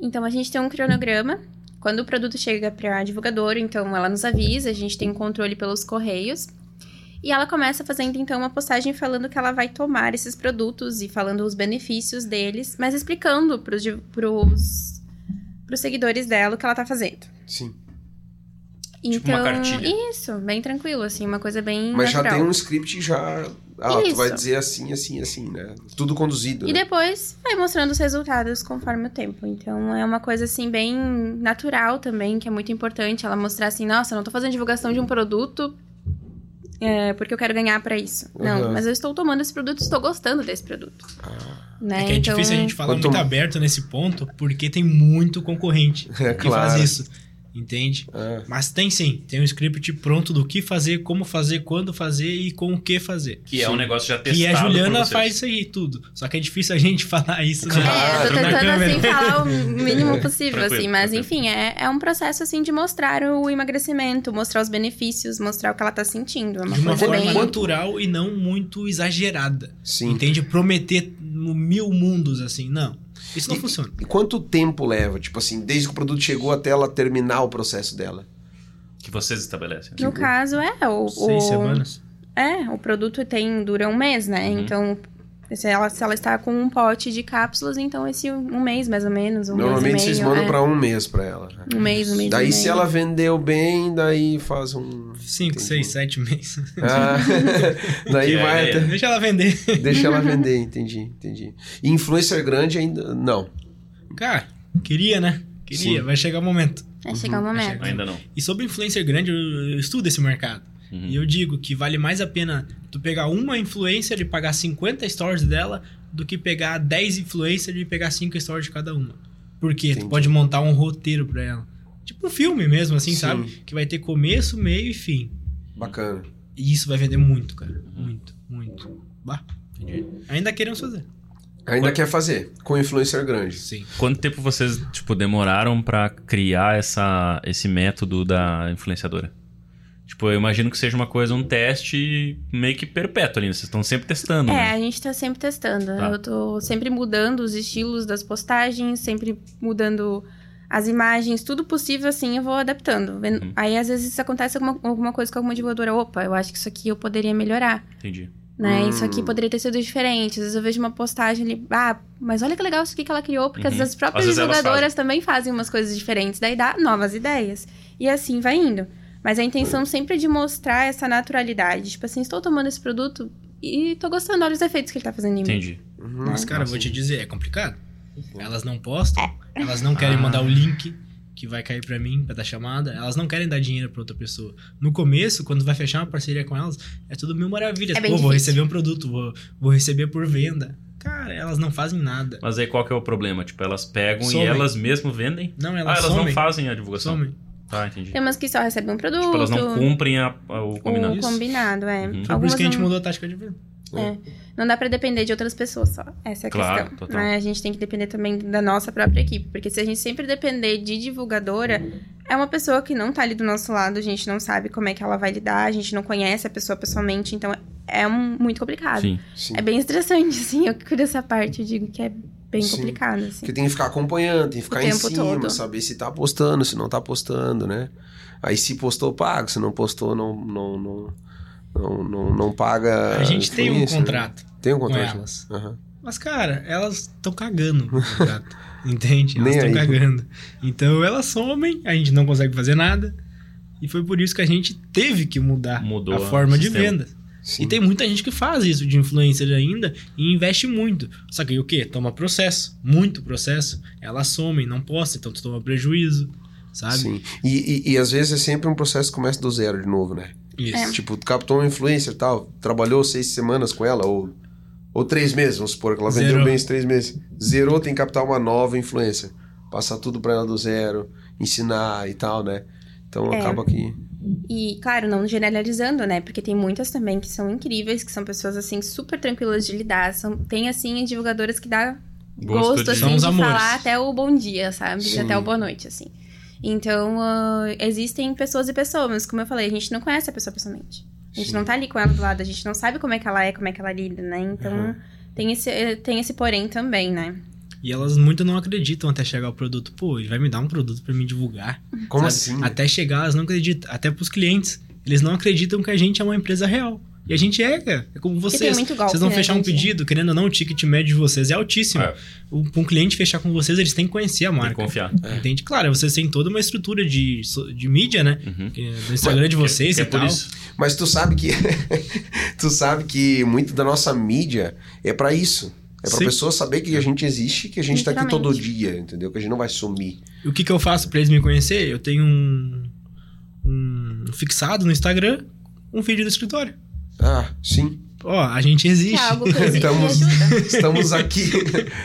Então a gente tem um cronograma. Quando o produto chega para a divulgadora, então ela nos avisa, a gente tem um controle pelos correios. E ela começa fazendo então uma postagem falando que ela vai tomar esses produtos e falando os benefícios deles, mas explicando para os seguidores dela o que ela tá fazendo.
Sim.
Então,
Tipo uma cartilha.
isso, bem tranquilo, assim, uma coisa bem.
Mas já
natural.
tem um script já. Ah, tu
Isso.
vai dizer assim, assim, assim, né? Tudo conduzido.
E
né?
depois vai mostrando os resultados conforme o tempo. Então é uma coisa assim bem natural também, que é muito importante ela mostrar assim, nossa, eu não tô fazendo divulgação de um produto é, porque eu quero ganhar pra isso.
Uhum.
Não, mas eu estou tomando esse produto, estou gostando desse produto. Né?
É que é
então,
difícil a gente falar
Quanto-
muito aberto nesse ponto, porque tem muito concorrente
É
que faz
claro.
isso, entende?
É.
Mas tem sim, tem um script pronto do que fazer, como fazer, quando fazer e com o que fazer.
Que é um negócio já testado.
E a
por
Juliana
vocês.
faz isso aí tudo. Só que é difícil a gente falar isso né? na,
É, eu tô
na
tentando
câmera.
assim falar o mínimo possível,
Tranquilo,
assim, mas
tranquilo.
enfim, é, é um processo assim de mostrar o emagrecimento, mostrar os benefícios, mostrar o que ela tá sentindo. É uma,
De uma
coisa
forma
bem.
natural e não muito exagerada.
Sim.
Entende? Prometer no mil mundos assim. Não. Isso não
E-
funciona.
E quanto tempo leva, tipo assim, desde que o produto chegou até ela terminar o processo dela?
Que vocês estabelecem.
No caso, é, o,
Seis
o-
semanas.
É, o produto tem dura um mês, né?
Uhum.
Então, se ela, se ela está com um pote de cápsulas, então esse um mês mais ou menos, um
Normalmente
mês e meio.
vocês mandam
é.
pra um mês pra ela. né?
Um mês, um mês. e
daí
meio.
se ela vendeu bem, daí faz um.
Cinco,
Entendi.
seis, sete meses.
Ah, daí
Que é a
vai
ideia.
até.
Deixa ela vender.
Deixa ela vender, entendi, entendi. E influencer grande ainda. Não.
Cara, queria, né? Queria.
Sim.
Vai chegar o momento.
Vai chegar
Uhum.
um
Vai
momento.
chegar.
Ainda não.
E sobre influencer grande, eu, eu estudo esse mercado.
Uhum.
E eu digo que vale mais a pena tu pegar uma influencer e pagar 50 stories dela do que pegar 10 influencers e pegar 5 stories de cada uma. Porque
Entendi.
tu pode montar um roteiro pra ela. Tipo um filme mesmo, assim,
Sim.
sabe? Que vai ter começo, meio e fim.
Bacana.
E isso vai vender muito, cara.
Uhum.
Muito, muito. Bah. Ainda queremos fazer.
Ainda quer fazer, com influencer grande.
Sim.
Quanto tempo vocês, tipo, demoraram pra criar essa, esse método da influenciadora? Tipo, eu imagino que seja uma coisa, um teste meio que perpétuo ali, né? Vocês estão sempre
um
testando,
É,
né?
a gente tá sempre testando.
Tá.
Eu tô sempre mudando os estilos das postagens, sempre mudando as imagens, tudo possível, assim, eu vou adaptando. Ven-
Uhum.
Aí, às vezes, acontece alguma, alguma coisa com alguma divulgadora. Opa, eu acho que isso aqui eu poderia melhorar.
Entendi.
né?
Hum.
Isso aqui poderia ter sido diferente. Às vezes eu vejo uma postagem ali, ah, mas olha que legal isso aqui que ela criou, porque às
Uhum.
vezes as
Às
próprias
vezes elas
divulgadoras também fazem umas coisas diferentes, daí dá novas ideias. E assim vai indo. Mas a intenção sempre é de mostrar essa naturalidade. Tipo assim, estou tomando esse produto e tô gostando, olha os efeitos que ele tá fazendo em mim.
Entendi.
Uhum.
Mas, cara, eu vou te dizer, é complicado. Elas não postam,
É.
elas não querem
Ah.
mandar o link que vai cair pra mim, pra dar chamada, elas não querem dar dinheiro pra outra pessoa. No começo, quando vai fechar uma parceria com elas, é tudo mil maravilhas.
É
Pô,
bem
vou
difícil.
receber um produto, vou, vou receber por venda. Cara, elas não fazem nada.
Mas aí qual que é o problema? Tipo, elas pegam
Somem.
e elas mesmo vendem?
Não,
ah,
elas,
elas não
somem.
fazem a divulgação.
somem.
Tá, entendi.
Tem umas que só recebem um produto.
Tipo, elas não cumprem a- a- o combinado.
O combinado, é.
Uhum. Foi por
Foi por isso que a gente
não-
mudou a tática de venda.
É,
É. Não dá pra depender de outras pessoas só. Essa é a
Claro,
questão.
total.
né? A gente tem que depender também da nossa própria equipe. Porque se a gente sempre depender de divulgadora, é uma pessoa que não tá ali do nosso lado, a gente não sabe como é que ela vai lidar, a gente não conhece a pessoa pessoalmente, então é um- muito complicado.
Sim.
Sim.
É bem estressante, assim. Eu que cuido dessa parte, eu digo que é bem
Sim.
complicado, assim.
Porque tem que ficar acompanhando, tem que ficar em
tempo
cima,
todo.
saber se tá postando, se não tá postando, né? Aí se postou, paga. Se não postou, não, não, não, não, não, não
É,
paga.
a gente tem um
influencer, né?
contrato
Tem um
tá.
com
contrato. né?
elas.
Aham.
Mas, cara, elas estão cagando pro contrato. entende? Elas
Nem
estão
aí.
cagando. Então elas somem, a gente não consegue fazer nada. E foi por isso que a gente teve que mudar
Mudou
a
o
forma de
sistema.
venda.
Sim.
E tem muita gente que faz isso de influencer ainda e investe muito. Só que o quê? Toma processo. Muito processo. Elas somem, não posta, então tu toma prejuízo. Sabe?
Sim. E, e, e às vezes é sempre um processo que começa do zero de novo, né?
É.
Isso.
Tipo, tu captou um influencer e tal, trabalhou seis semanas com ela, ou, ou três meses, vamos supor, que ela vendeu
Zerou.
bem esses três meses. Zerou, tem que captar uma nova influencer. Passar tudo pra ela do zero, ensinar e tal, né? Então
É.
acaba que.
E, claro, não generalizando, né? Porque tem muitas também que são incríveis, que são pessoas, assim, super tranquilas de lidar. São, tem, assim, divulgadoras que dá
Gosto
gosto,
de-
assim,
São
os
de
amores.
falar até o bom dia, sabe?
Sim.
Até o boa noite, assim. Então, ah, existem pessoas e pessoas, mas como eu falei, a gente não conhece a pessoa pessoalmente. A gente
Sim.
não tá ali com ela do lado, a gente não sabe como é que ela é, como é que ela lida, né? Então,
Uhum.
tem, esse, eh, tem esse porém também, né?
E elas muito não acreditam até chegar o produto. Pô, ele vai me dar um produto pra me divulgar.
Como
sabe?
assim? né?
Até chegar, elas não acreditam. Até pros clientes. Eles não acreditam que a gente é uma empresa real. E a gente é, cara. É como
Porque tem
vocês.
muito golpe,
Vocês vão
né,
fechar um
gente?
pedido, querendo ou não, o ticket médio de vocês é altíssimo.
É.
O- Pra um cliente fechar com vocês, eles têm que conhecer a
Tem que
marca.
confiar.
Entende? Claro, vocês têm toda uma estrutura de, so- de mídia, né?
Uhum.
Que- Do Instagram de vocês
Que é
e
por
tal.
isso.
Mas tu sabe que tu sabe que muito da nossa mídia é pra isso. É pra
Sim.
pessoa saber que a gente existe, que a gente tá aqui todo
Literalmente.
dia, entendeu? Que a gente não vai sumir.
E O que, que eu faço pra eles me conhecer? Eu tenho um, um fixado no Instagram, um vídeo do escritório.
Ah, sim,
Ó, a gente
Que
existe.
é algo que existe e
Estamos-
ajuda.
estamos aqui.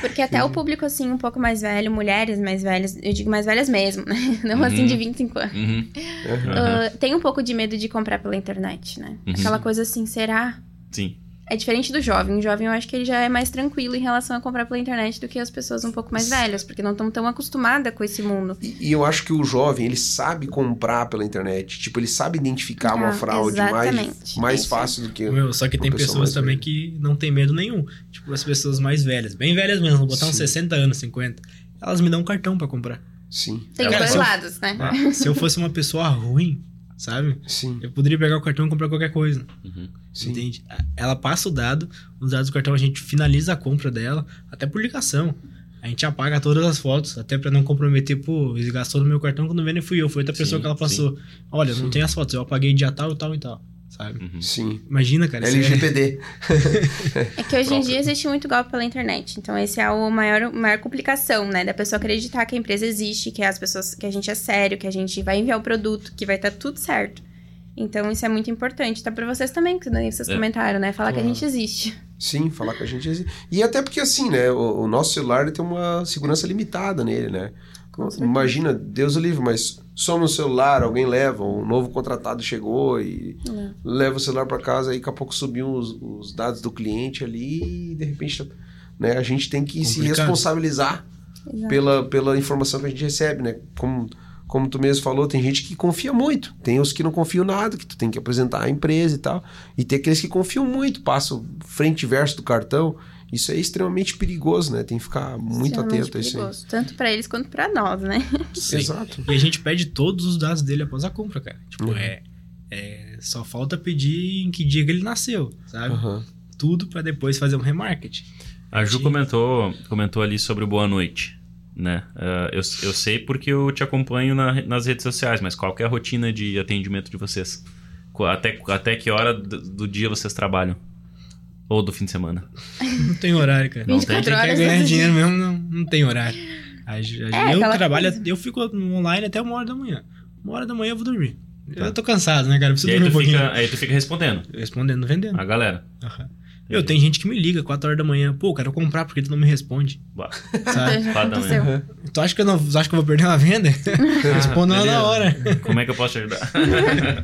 Porque até o público, assim, um pouco mais velho, mulheres mais velhas, eu digo mais velhas mesmo, né? Não
Uhum.
assim de 25 anos.
Uhum. Aham.
Ah, tem um pouco de medo de comprar pela internet, né?
Uhum.
Aquela coisa assim, será?
Sim.
É diferente do jovem. O jovem, eu acho que ele já é mais tranquilo em relação a comprar pela internet do que as pessoas um pouco mais velhas, porque não estão tão acostumadas com esse mundo.
E, e eu acho que o jovem, ele sabe comprar pela internet. Tipo, ele sabe identificar uma
Ah,
fraude mais,
exatamente.
mais
Isso.
fácil do que...
Meu, só que
Uma
tem
pessoa
pessoas
mais
também
velha.
que não tem medo nenhum. Tipo, as pessoas mais velhas, bem velhas mesmo, vou botar uns
Sim.
60 anos, 50. Elas me dão um cartão pra comprar.
Sim,
Tem
É,
dois
mas-
lados, né?
Ah.
Se eu fosse uma pessoa ruim, sabe?
sim,
Eu poderia pegar o cartão e comprar qualquer coisa.
Uhum.
sim.
Entende? Ah, Ela passa o dado, os dados do cartão a gente finaliza a compra dela, até por ligação. A gente apaga todas as fotos, até pra não comprometer, pô, eles gastou no meu cartão quando vê nem fui eu, foi outra
Sim,
pessoa que ela
sim.
passou. Olha,
Sim.
não tem as fotos, eu apaguei dia tal, tal e tal, sabe?
Uhum.
Sim.
Imagina, cara. isso é-
LGPD.
É que hoje em
Próprio.
dia existe muito golpe pela internet. Então, esse é o maior, maior complicação, né? Da pessoa acreditar que a empresa existe, que as pessoas, que a gente é sério, que a gente vai enviar o produto, que vai estar tudo certo. Então, isso é muito importante. Tá pra vocês também, que nem vocês
É.
comentaram, né? Falar que a
Claro.
gente existe.
Sim, falar que a gente... exi- E até porque assim, né? O, o nosso celular ele tem uma segurança limitada nele, né?
certeza.
Imagina, Deus o livre, mas some um celular, alguém leva, um novo contratado chegou e leva o celular para casa e daqui a pouco subiu os, os dados do cliente ali e de repente né, a gente tem que se
Complicado.
responsabilizar
Exato.
pela, pela informação que a gente recebe, né? Como, como tu mesmo falou, tem gente que confia muito, tem os que não confiam nada, que tu tem que apresentar a empresa e tal, e tem aqueles que confiam muito, passam frente e verso do cartão. Isso é extremamente perigoso, né? Tem que ficar muito
Extremamente
atento a isso aí.
perigoso, Tanto pra eles quanto pra nós, né?
Sim.
Exato.
E a gente pede todos os dados dele após a compra, cara. Tipo,
Uhum.
é, é. Só falta pedir em que dia que ele nasceu, sabe?
Uhum.
Aham.
Tudo pra depois fazer um remarketing.
A Ju
Entendi.
comentou, comentou ali sobre o Boa Noite, né? Ah, eu, eu sei porque eu te acompanho na- nas redes sociais, mas qual que é a rotina de atendimento de vocês? Qu- Até, até que hora do, do dia vocês trabalham? Ou do fim de semana?
Não tem horário, cara.
Não tem.
Quem
24
quer
horas. né?
ganhar dinheiro mesmo não, não tem horário. A ge- a ge-
É,
eu
aquela
trabalho,
coisa.
eu fico online até uma hora da manhã. Uma hora da manhã eu vou dormir.
Tá.
Eu tô cansado, né, cara? Eu preciso
E aí
dormir um
tu,
pouquinho.
fica, aí tu fica Ah. respondendo
Respondendo, vendendo.
a galera.
Aham. Eu tenho gente que me liga 4 horas da manhã. Pô, quero comprar porque tu não me responde.
Bah.
Sabe?
Já
Tá. Padrão,
aconteceu.
tu acha que eu não tu acha que eu vou perder uma venda? Respondo ela
Ah, beleza.
na hora.
Como é que eu posso te ajudar?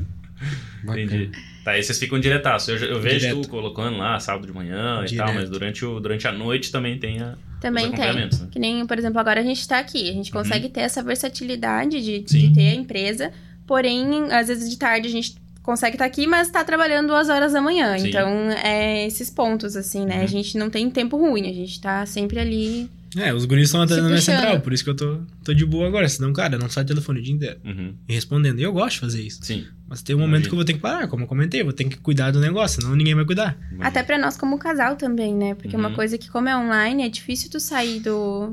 Bacana.
Entendi. Tá, e vocês ficam diretaço. Eu, eu vejo
Direto.
tu colocando lá sábado de manhã e
Direto.
tal, mas durante, o, durante a noite também tem a,
Também
os
tem.
acompanhamentos, né?
Que nem, por exemplo, agora a gente tá aqui. A gente consegue ter essa versatilidade de, de
Uhum. Sim.
ter a empresa. Porém, às vezes de tarde a gente consegue estar aqui, mas tá trabalhando duas horas da manhã.
Sim.
Então, é esses pontos, assim, né?
Uhum.
A gente não tem tempo ruim. A gente tá sempre ali.
É, os guris estão atendendo a minha
puxando.
central, por isso que eu tô, tô de boa agora. Senão, cara, não sai telefone o dia inteiro.
Uhum.
E respondendo. E eu gosto de fazer isso.
Sim.
Mas tem um momento
Imagino.
que eu vou ter que parar, como eu comentei, eu vou ter que cuidar do negócio, senão ninguém vai cuidar.
Até pra nós como casal também, né? Porque
Uhum.
uma coisa que, como é online, é difícil tu sair do,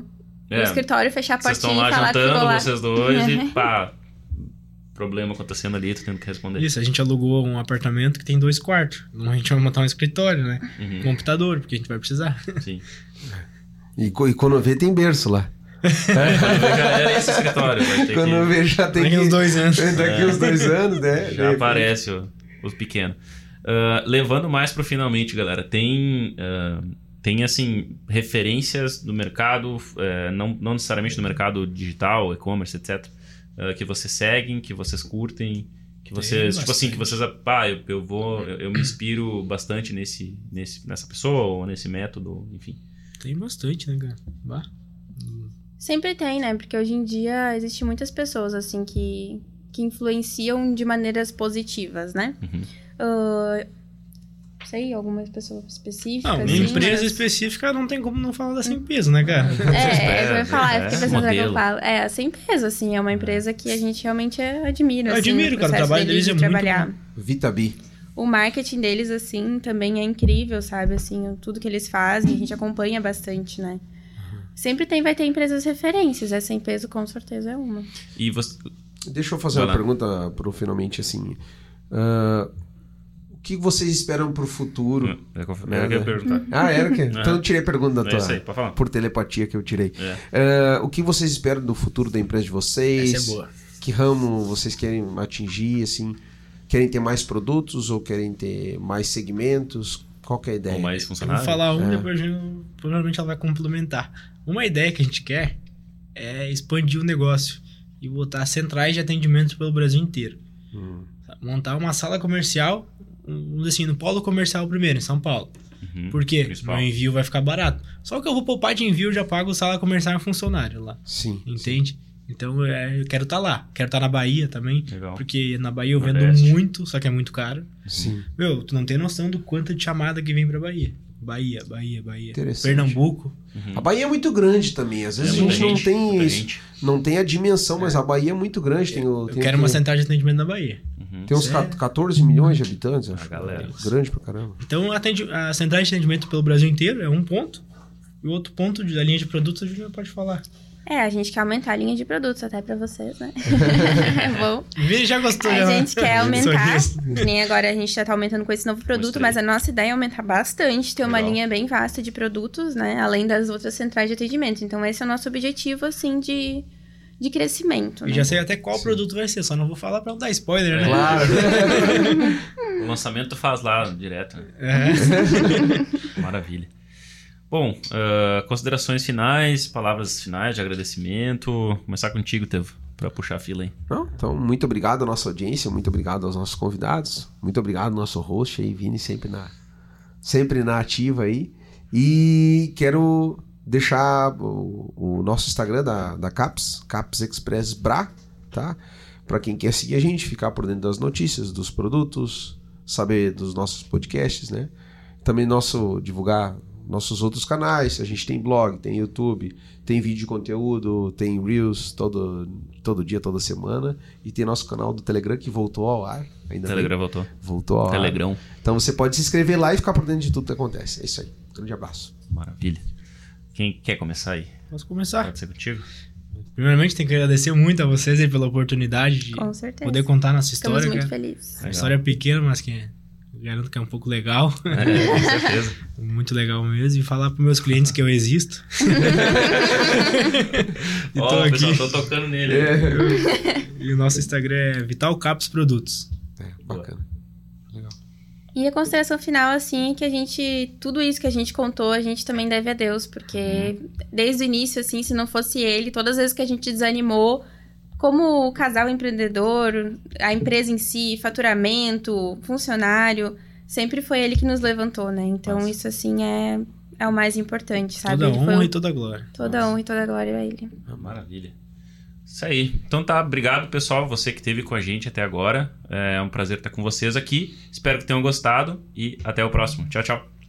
do
É,
escritório, fechar a
Vocês estão
portinha e
lá
falar que ficou
jantando,
lá. Uhum.
vocês dois, e pá. Problema acontecendo ali, tu tendo que responder.
Isso, a gente alugou um apartamento que tem dois quartos. Então a gente vai montar um escritório, né?
Uhum,
Computador, porque a gente vai precisar.
sim.
E, co- e quando vê, tem berço lá.
É, Quando vê, já era esse escritório, vai ter
Quando
que...
vê, já tem
Daqui uns
que...
dois anos.
Daqui uns dois anos, né? De
É. Já
repente.
aparece o- os pequenos. Ah, levando mais pro finalmente, galera, tem... ah, tem, assim, referências do mercado, eh, não, não necessariamente do mercado digital, e-commerce, etc., ah, que vocês seguem, que vocês curtem, Que vocês,
Tem
tipo assim,
bastante. Hum.
que vocês, pá, eu, eu vou, eu, eu me inspiro bastante nesse, nesse, nessa pessoa ou nesse método, enfim.
Tem bastante, né, cara? Bah.
Sempre tem, né? Porque hoje em dia existem muitas pessoas, assim, que, que influenciam de maneiras positivas, né?
Uhum.
Ah, não sei, algumas pessoas específicas.
Não,
assim,
minha Ah, empresa
mas-
específica não tem como não falar da sem peso, né, cara?
É, é, eu ia falar, eu
É,
fiquei pensando será que eu
modelo. Uhum.
falo. É, sem peso, assim, é uma empresa que a gente realmente é- admira.
Eu
assim,
admiro,
no
cara, o
processo
trabalho deles
de
é muito
trabalhar.
Vitabi.
O marketing deles, assim, também é incrível, sabe? Assim, tudo que eles fazem, a gente acompanha bastante, né?
Uhum.
Sempre tem, vai ter empresas referências, é sem peso, com certeza é uma.
E você,
Deixa eu fazer
Vai
uma
lá.
pergunta pro finalmente assim. ah, o que vocês esperam pro futuro?
é, eu queria perguntar.
Ah, era que?
Aham.
Então eu tirei a pergunta da
É isso aí,
tua.
pode falar.
Por telepatia que eu tirei.
É.
Ah, o que vocês esperam do futuro da empresa de vocês?
Essa é boa.
Que ramo vocês querem atingir, assim? Querem ter mais produtos ou querem ter mais segmentos? Qual que é a ideia?
Ou mais
Eu vou
funcionário?
falar um,
É.
depois a gente- provavelmente ela vai complementar. Uma ideia que a gente quer é expandir o negócio e botar centrais de atendimento pelo Brasil inteiro.
Hum.
sabe? Montar uma sala comercial, um- vamos dizer assim, no polo comercial primeiro, em São Paulo.
Uhum.
Por quê?
Principal.
Meu envio vai ficar barato. Só que eu vou poupar de envio, eu já pago sala comercial e funcionário lá.
Sim.
Hum.
Entende? Então é, eu quero estar lá. Quero estar na Bahia também.
Legal.
Porque na Bahia eu vendo
Nordeste.
muito, só que é muito caro.
Sim.
Meu, tu não tem noção do quanto de chamada que vem pra Bahia. Bahia, Bahia, Bahia.
Interessante.
Pernambuco.
Uhum.
A Bahia é muito grande também. Às
É,
vezes a
muita
gente, não, tem,
muita
isso-
gente.
não tem a dimensão, mas a Bahia é muito grande. Tem, o,
Eu
tem,
quero
o-
uma central de atendimento na Bahia.
Uhum.
tem uns
Sério?
ca- 14 milhões de habitantes, acho. né?
galera.
Grande pra caramba.
Então atende, a central de atendimento pelo Brasil inteiro é um ponto. E o outro ponto de- da linha de produtos a Juliana pode falar.
É, a gente quer aumentar a linha de produtos até pra vocês, né? é bom.
Vê, já gostou.
A
já.
gente quer aumentar,
Sorriso.
que nem agora a gente já tá aumentando com esse novo produto,
Mostrei.
mas a nossa ideia é aumentar bastante, ter uma
Legal.
linha bem vasta de produtos, né? Além das outras centrais de atendimento. Então, esse é o nosso objetivo, assim, de, de crescimento.
E
né?
já sei até qual produto vai ser, só não vou falar pra não dar spoiler, né?
um Claro.
É. O lançamento tu faz lá direto, né?
É.
Maravilha. Bom, ah, considerações finais, palavras finais de agradecimento. Começar contigo, Tevo, pra puxar a fila aí.
Não, então, muito obrigado à nossa audiência, muito obrigado aos nossos convidados, muito obrigado ao nosso host aí, Vini, sempre na, sempre na ativa aí. E quero deixar o, o nosso Instagram da, da CAPS, CAPS Express Bra, tá? Para quem quer seguir a gente, ficar por dentro das notícias, dos produtos, saber dos nossos podcasts, né? Também nosso divulgar nossos outros canais, a gente tem blog, tem YouTube, tem vídeo de conteúdo, tem Reels todo, todo dia, toda semana, e tem nosso canal do Telegram que voltou ao ar, ainda bem,
Telegram voltou.
voltou ao ar.
Telegram.
Então você pode se inscrever lá e ficar por dentro de tudo que acontece. É isso aí. Grande abraço.
Maravilha. Quem quer começar aí?
Posso começar?
Pode ser contigo?
Primeiramente, tenho que agradecer muito a vocês aí pela oportunidade de
Com certeza.
poder contar nossa
Estamos
história,
muito
cara.
felizes.
A história é pequena, mas que é- eu garanto que é um pouco legal.
É, com certeza.
Muito legal mesmo. E falar pros meus clientes que eu existo.
Ó, pessoal,
e tô Então aqui.
tô tocando nele.
É.
E o nosso Instagram é Vital Caps Produtos.
É, bacana.
E a consideração final, assim, é que a gente, tudo isso que a gente contou, a gente também deve a Deus, porque
Uhum.
desde o início, assim, se não fosse ele, todas as vezes que a gente desanimou, como o casal empreendedor, a empresa em si, faturamento, funcionário, sempre foi ele que nos levantou, né? Então
Nossa.
isso, assim, é, é o mais importante, sabe?
Toda
ele foi um
honra
o-
e toda glória.
toda honra e toda glória a ele.
Ah, Maravilha. Isso aí. Então tá, obrigado pessoal, você que esteve com a gente até agora. É um prazer estar com vocês aqui. Espero que tenham gostado e até o próximo. Tchau, tchau.